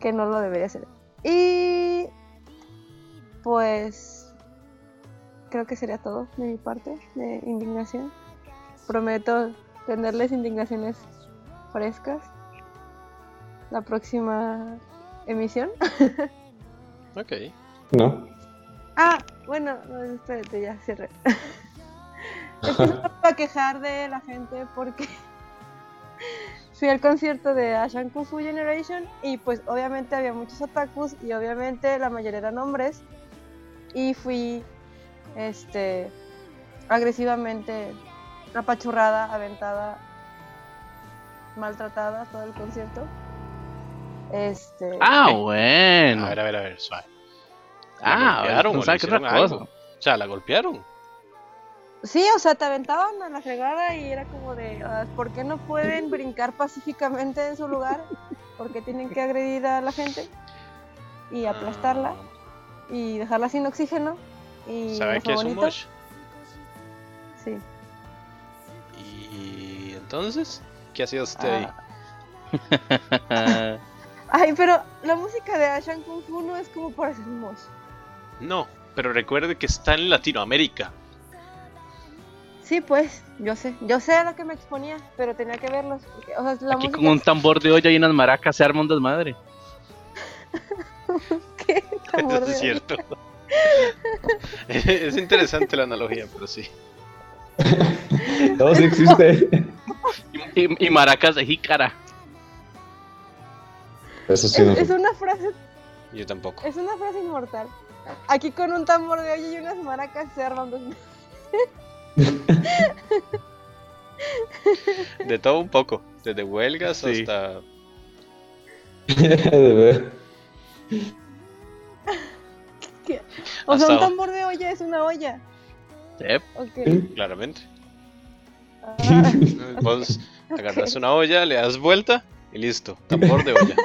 que no lo debería hacer. Y pues creo que sería todo de mi parte de indignación. Prometo tenerles indignaciones frescas la próxima emisión. Ok. No. Ah, bueno, no, espérate, ya cierre. es que solo para quejar de la gente porque fui al concierto de Asian Kung Fu Generation y pues obviamente había muchos otakus y obviamente la mayoría eran hombres y fui este agresivamente apachurrada, aventada, maltratada todo el concierto. Este Ah, Ok. bueno. A ver, a ver, a ver, suave. golpearon, ah, pensaba le que otra hicieron cosa. algo. O sea, la golpearon. Sí, o sea, te aventaban a la fregada y era como de, ah, ¿por qué no pueden brincar pacíficamente en su lugar? ¿Por qué tienen que agredir a la gente? Y aplastarla y dejarla sin oxígeno. Ah, Y no ¿Sabe fue qué es un bonito. mosh? Sí. Y entonces, ¿qué hacía usted ahí? Ah. Ay, pero la música de Ashan Kung Fu no es como para hacer un mosh. No, pero recuerde que está en Latinoamérica. Sí, pues, yo sé, yo sé a lo que me exponía, pero tenía que verlos. porque, o sea, la Aquí música con un tambor de olla y unas maracas se arma un desmadre. que Eso amor de- es cierto. es interesante la analogía, pero sí. No, sí existe. Y, y maracas de jícara. Eso sí, no es, sé. es una frase Yo tampoco. Es una frase inmortal. Aquí con un tambor de olla y unas maracas se arman dos. De todo un poco. Desde huelgas Sí. hasta. De ver. O sea, un Asado. tambor de olla es una olla. Yep. Ok. Claramente. Ah, Vos agarras una olla, le das vuelta y listo. Tambor de olla.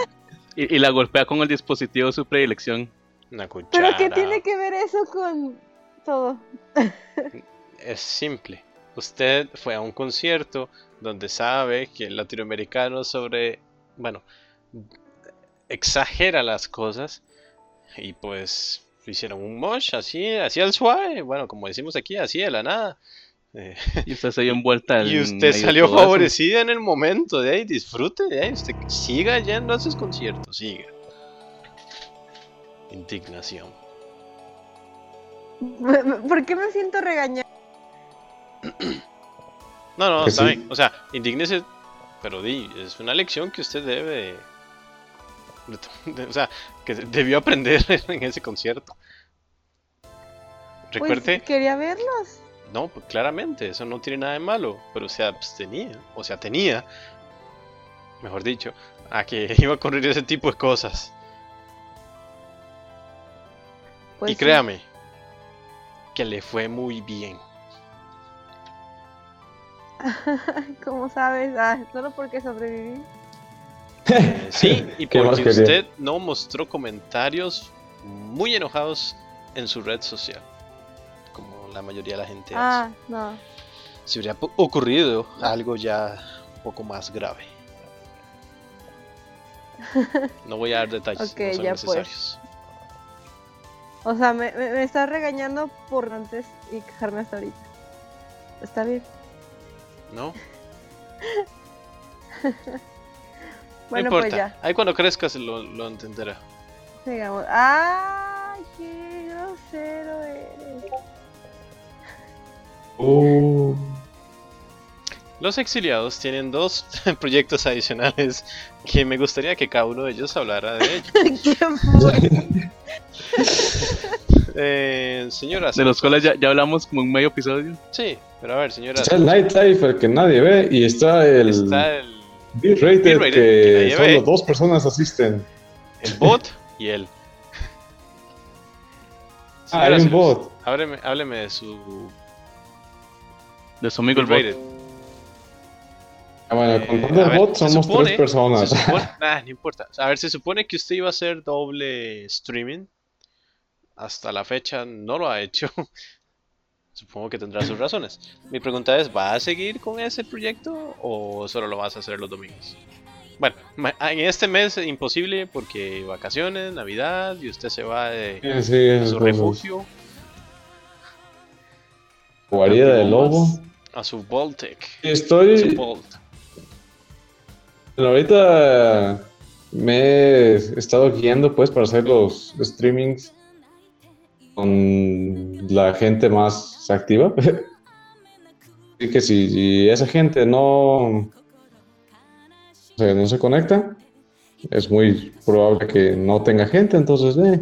Y, y la golpea con el dispositivo de su predilección. Una cuchara. Pero ¿qué tiene que ver eso con todo? Es simple. Usted fue a un concierto donde sabe que el latinoamericano sobre, bueno, exagera las cosas y pues hicieron un mosh así, así al suave, bueno, como decimos aquí, así de la nada. Eh, Y usted se dio envuelta. y en usted medio de salió todo eso. favorecida en el momento, de ahí disfrute, de ahí usted siga yendo a sus conciertos, siga. Indignación. ¿Por qué me siento regañada? No, no, Que está sí. bien. O sea, indígnese Pero di, es una lección que usted debe. de- de to- de- o sea, que de- debió aprender en ese concierto. Pues, Recuerde, quería verlos. no, pues, claramente, eso no tiene nada de malo, pero se abstenía, o sea, tenía, mejor dicho, a que iba a ocurrir ese tipo de cosas. Pues, y créame, que le fue muy bien. ¿Cómo sabes? Ah, solo porque sobreviví. Eh, Sí, y ¿Qué más porque quería? usted no mostró comentarios muy enojados en su red social, como la mayoría de la gente hace. Ah, no. Si hubiera po- ocurrido algo ya un poco más grave. No voy a dar detalles, Ok, no son ya pues. necesarios. O sea, me, me, me estás regañando por antes y quejarme hasta ahorita. Está bien. ¿No? No Bueno, importa. pues ya. Ahí cuando crezcas lo, lo entenderá. Sigamos. ¡Ay, qué grosero eres! Uh, Los exiliados tienen dos proyectos adicionales que me gustaría que cada uno de ellos hablara de ellos. ¿Qué fue? Eh, señora, De los cuales ya, ya hablamos como en medio episodio. sí, pero a ver, señora, está el Nightlife, el que nadie ve, y está el está el, B-Rated, B-rated, que que nadie ve. solo dos personas asisten. el bot y él. Ah, hay un Señora, bot. Hábleme, hábleme de su De su amigo el bot. Rated. Ah, bueno, Eh, contando a el ver, bot se somos supone- tres personas. Se supone- nah, no importa. A ver, se supone que usted iba a hacer doble streaming. Hasta la fecha no lo ha hecho. Supongo que tendrá sus razones. Mi pregunta es, ¿va a seguir con ese proyecto o solo lo vas a hacer los domingos? Bueno, ma- en este mes es imposible porque vacaciones, Navidad y usted se va de Sí, sí, a esas su cosas. refugio, Guarida de Antiguas. lobo. a su Voltec. a su Estoy. Volt. Ahorita me he estado guiando pues para hacer los streamings con la gente más activa. Así que si, si esa gente no, o sea, no se conecta, es muy probable que no tenga gente, entonces eh.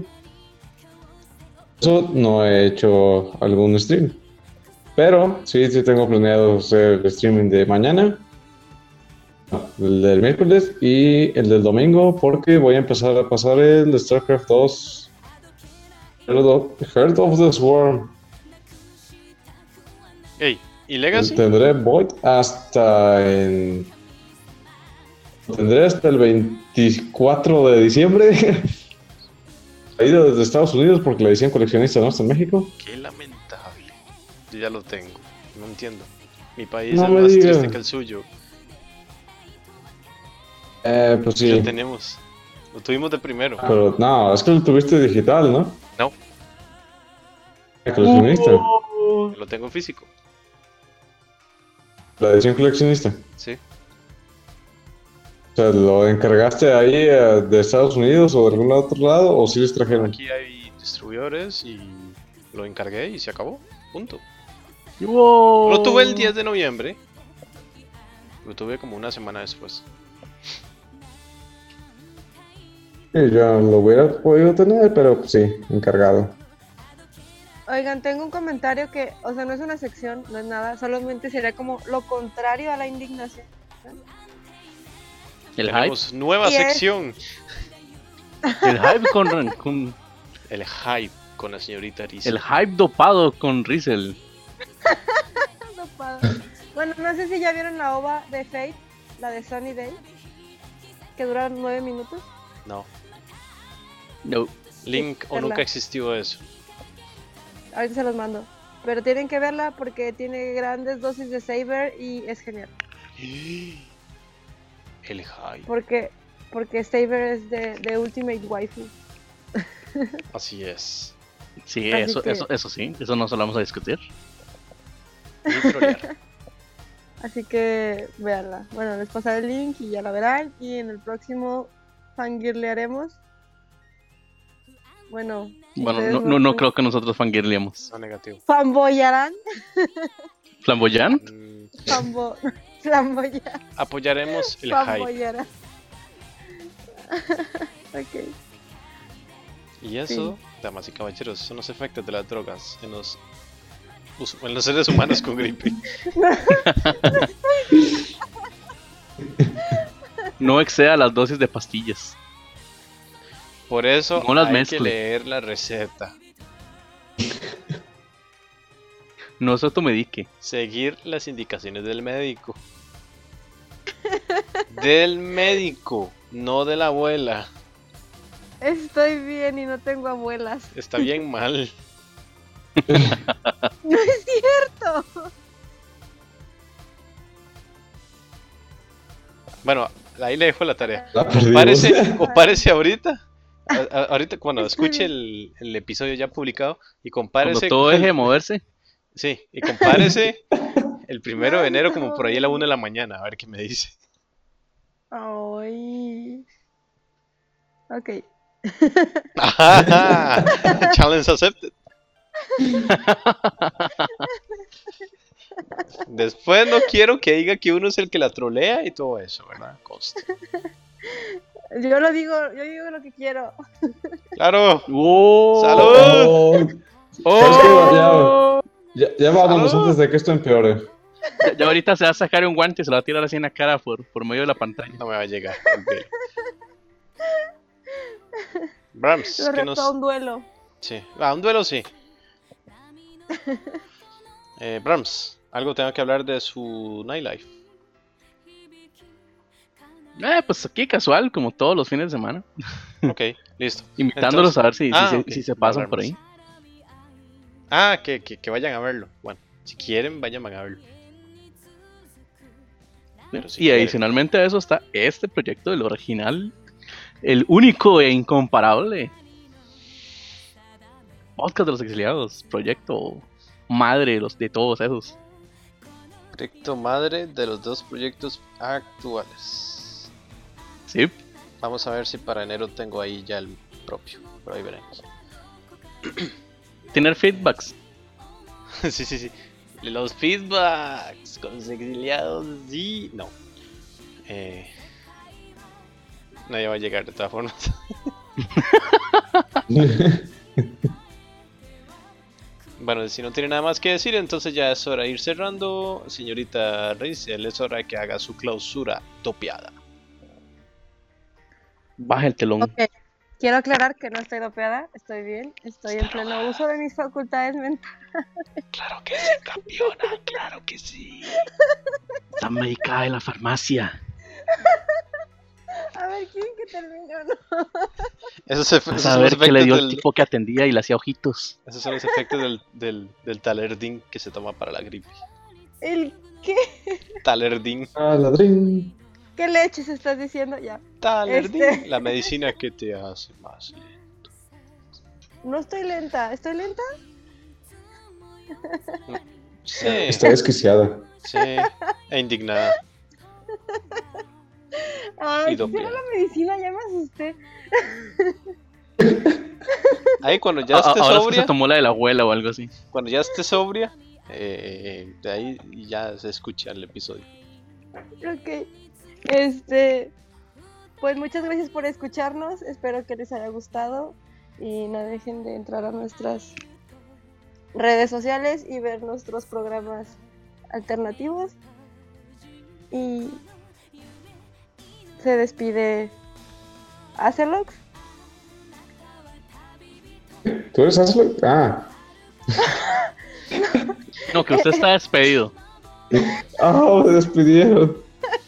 Eso no he hecho algún stream. Pero sí, sí tengo planeado hacer el streaming de mañana. El del miércoles y el del domingo porque voy a empezar a pasar el StarCraft 2 Heart of- Heart of the Swarm. Ey, ¿y Legacy? Tendré Void hasta en... lo Tendré hasta el 24 de diciembre. Traído desde Estados Unidos porque la edición coleccionista no está en México. Qué lamentable. Yo ya lo tengo. No entiendo. Mi país No es me más diga. triste que el suyo. Eh, pues sí. Ah. Lo tenemos. Lo tuvimos de primero. Pero no, es que lo tuviste digital, ¿no? No. La coleccionista. Lo tengo físico. La edición coleccionista. Sí. O sea, ¿lo encargaste ahí eh, de Estados Unidos o de algún otro lado o sí les trajeron? Aquí hay distribuidores y lo encargué y se acabó. Punto. Lo tuve el 10 de noviembre. Lo tuve como una semana después. Sí, yo lo hubiera podido tener, pero pues, sí, encargado. Oigan, tengo un comentario que, o sea, no es una sección, no es nada, solamente sería como lo contrario a la indignación. El hype. Tenemos nueva Y es- sección. El hype con, con- El hype con la señorita Riz. El hype dopado con Rizel. No puedo. Bueno, no sé si ya vieron la ova de Fate, la de Sunny Day, que dura nueve minutos. No. No. Link o Verla. nunca existió eso. Ahorita se los mando. Pero tienen que verla porque tiene grandes dosis de Saber y es genial. El hype. Porque, porque Saber es de, de Ultimate Waifu. Así es. Sí, Así eso, que- eso, eso sí, eso no se lo vamos a discutir. Y trolear. Así que véanla. Bueno, les pasaré el link y ya la verán. Y en el próximo fangirlearemos. Bueno, Bueno, ustedes no, no, no voten. creo que nosotros fangirleamos. No negativo. Fanboyarán. ¿Flamboyant? Mm, Fanbo... Flamboyar. Apoyaremos el hype. Flamboyar. ok. Y eso, damas y caballeros, son los efectos de las drogas en los, us- en los seres humanos con gripe. No exceda las dosis de pastillas. Por eso No las hay mezcle. que leer la receta, No se automedique. seguir las indicaciones del médico. del médico, no de la abuela. Estoy bien y no tengo abuelas. Está bien mal. ¡No es cierto! Bueno, ahí le dejo la tarea. La perdimos. Parece, compárese ahorita. a- a- ahorita cuando Está bien. escuche el, el episodio ya publicado y compárese. Cuando todo con- deje de moverse, Sí, y compárese el primero de enero como por ahí a la No. 1 de la mañana, a ver qué me dice. Ay. Ok. Ajá, Challenge accepted. Después no quiero que diga que uno es el que la trolea y todo eso, ¿verdad? Conste. Yo lo digo, yo digo lo que quiero. Claro. ¡Oh! ¡Salud! Oh, ¡Oh! ya, ya vámonos Salud. antes de que esto empeore. Ya, ya ahorita se va a sacar un guante y se lo va a tirar así en la cara por, por medio de la pantalla. No me va a llegar. olvídelo. Brahms, Lo que reto nos... a un duelo. Sí, a un duelo sí. Eh, Brahms, algo tengo que hablar de su nightlife. Eh, pues aquí casual, como todos los fines de semana. Ok, listo. Invitándolos a ver si, si Ah, se- ok, si se nos pasan vemos. por ahí. Ah, que, que, que vayan a verlo. Bueno, si quieren, vayan a verlo. Pero si y quieren. adicionalmente a eso está este proyecto, el original, el único e incomparable podcast de los exiliados, proyecto madre de los de todos esos. Proyecto madre de los dos proyectos actuales. Sí, Vamos a ver si para enero tengo ahí ya el propio. Pero ahí veremos. tener feedbacks. sí, sí, sí. Los feedbacks con los exiliados, sí. No. Eh, nadie va a llegar de todas formas. Bueno, si no tiene nada más que decir, entonces ya es hora de ir cerrando. Señorita Rizel, es hora de que haga su clausura topiada. Baja el telón. Ok. Quiero aclarar que no estoy dopeada, estoy bien, estoy en pleno uso de mis facultades mentales. Claro que sí, campeona, claro que sí. Está medicada de la farmacia. A ver, ¿quién que termina o no? Esos, efe- A esos son, los saber qué le efectos dio el del, tipo que atendía y le hacía ojitos. esos son los efectos del, del, del talerdín que se toma para la gripe. ¿El qué? Talerdín. Ah, Aladrín. ¿Qué leches estás diciendo? Ya. Talerdín. Este. La medicina que te hace más. lento. No estoy lenta, ¿estoy lenta? Sí, Está desquiciada. sí. E indignada. Ay, Y ¿qué dopeada. será la medicina? Ya me asusté. Ahí cuando ya A- a- estés Ah, Ahora es que sobria, se tomó la de la abuela o algo así. cuando ya estés sobria, eh, de ahí ya se escucha el episodio. Ok. Este. Pues muchas gracias por escucharnos. Espero que les haya gustado. Y no dejen de entrar a nuestras redes sociales y ver nuestros programas alternativos. Y se despide Acelox. ¿Tú eres Aslo? Ah. No, que usted está despedido. Ah, me despidieron.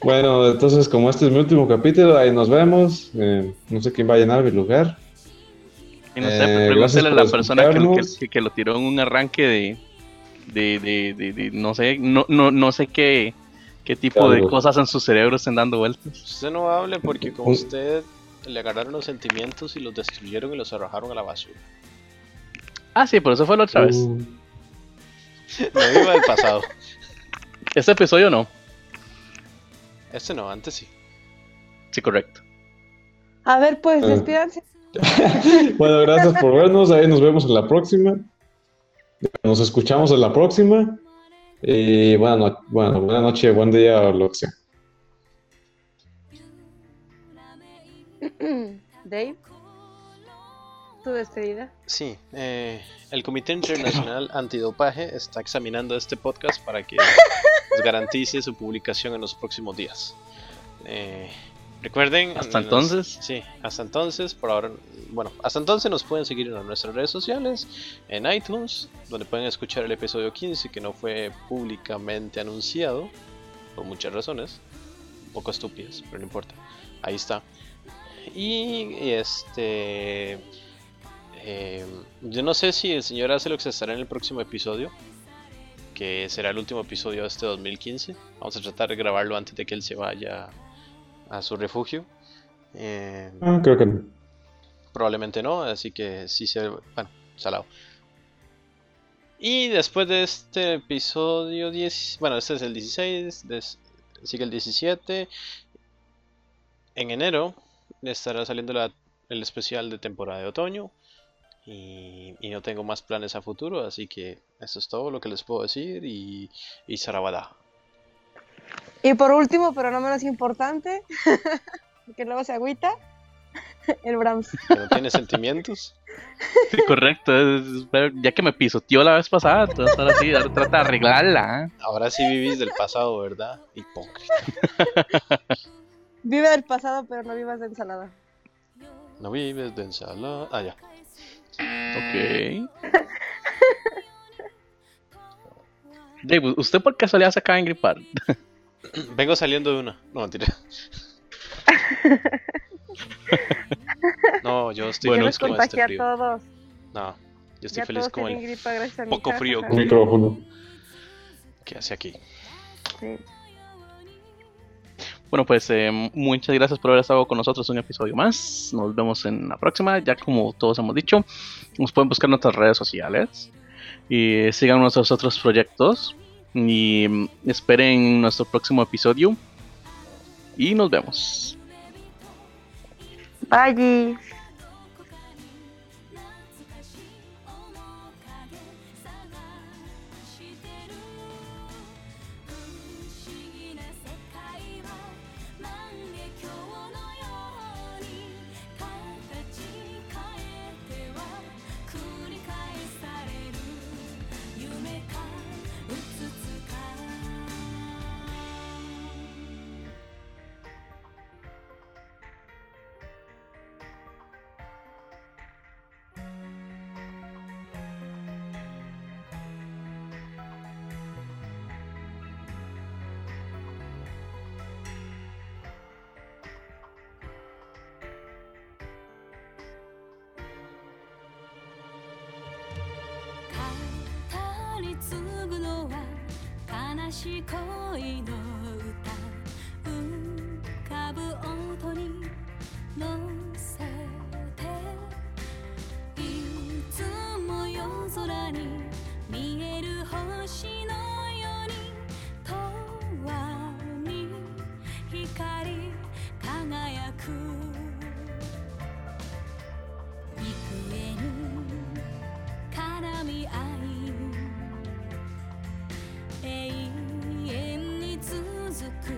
Bueno, entonces como este es mi último capítulo, ahí nos vemos. Eh, no sé quién va a llenar mi lugar. Y no sé, Eh, pregúntele gracias a por la persona que, que- escucharnos. que- que lo tiró en un arranque de. de, de, de- de- no sé, no, no, no sé qué, qué tipo de Algo. cosas en su cerebro estén dando vueltas. Usted no hable porque con Un- usted le agarraron los sentimientos y los destruyeron y los arrojaron a la basura. Ah, sí, pero eso fue la otra vez. Uh, No viva del pasado. Este episodio no. Este no, antes sí. Sí, correcto. A ver, pues Ah. despídanse. Bueno, gracias por vernos. Ahí nos vemos en la próxima. Nos escuchamos en la próxima. Y buena no- bueno, buena noche, buen día, o lo que sea. Dave, tu despedida. Sí, eh, el Comité Internacional Antidopaje está examinando este podcast para que nos garantice su publicación en los próximos días. Eh, recuerden. Hasta nos- entonces. sí, hasta entonces, por ahora. Bueno, hasta entonces nos pueden seguir en nuestras redes sociales, en iTunes, donde pueden escuchar el episodio 15 que no fue públicamente anunciado, por muchas razones, un poco estúpidas, pero no importa. Ahí está. Y este. Eh, yo no sé si el señor Acelox estará en el próximo episodio, que será el último episodio de este 2015. Vamos a tratar de grabarlo antes de que él se vaya a su refugio. Eh, Ah, creo que no. probablemente no, así que sí se... Bueno, salado. Y después de este episodio 10... Bueno, este es el 16, des- sigue el 17. En enero estará saliendo la- el especial de temporada de otoño. Y, y no tengo más planes a futuro, así que eso es todo lo que les puedo decir y, y Sarabada. Y por último, pero no menos importante, que luego se agüita, el Brahms. Que no tiene sentimientos. Sí, correcto. es- es- pero ya que me pisoteó la vez pasada, entonces ahora sí, ahora trata de arreglarla. ¿eh? Ahora sí vivís del pasado, ¿verdad? Hipócrita. Vive el pasado, pero no vivas de ensalada. No vives de ensalada. Ah, ya. Ok. Dave, ¿usted por casualidad se acaba de engripar? Vengo saliendo de una. No, mentira. no, yo estoy feliz Yo Bueno, los con este contagié a frío. todos. No, yo estoy Ya feliz todos con tienen el gripa gracias a mi poco casa, frío ja. Un micrófono. que hace aquí. Sí. Bueno, pues eh, muchas gracias por haber estado con nosotros un episodio más. Nos vemos en la próxima. Ya como todos hemos dicho, nos pueden buscar en nuestras redes sociales y sigan nuestros otros proyectos y mm, esperen nuestro próximo episodio y nos vemos. Bye. どこかに懐かしい面影探してる不思議な世界は万華鏡のように形変えては繰り返される夢かうつつか語り継ぐのは悲しい恋の歌浮かぶ音に乗せていつも夜空に見える星のように永遠に光り輝く幾重に絡み合い永遠に続く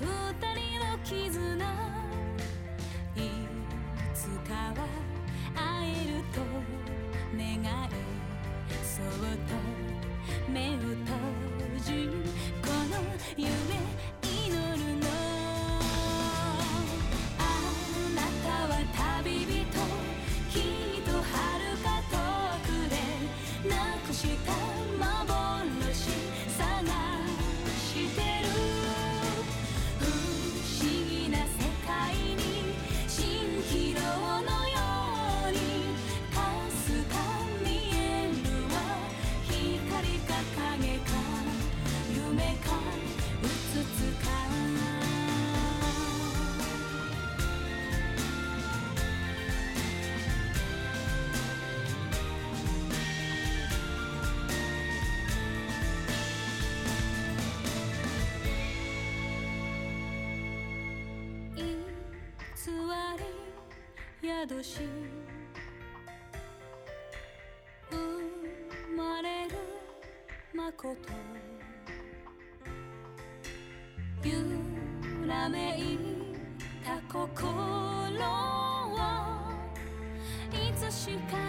二人の絆いつかは会えると願いそっと目を閉じこの夢祈るのあなたは旅人きっと遥か遠くでなくした幻探してる不思議な世界に蜃気楼のようにかすか見えるは光か影か夢かうつつか偽り宿し生まれる誠ためいた心をいつしか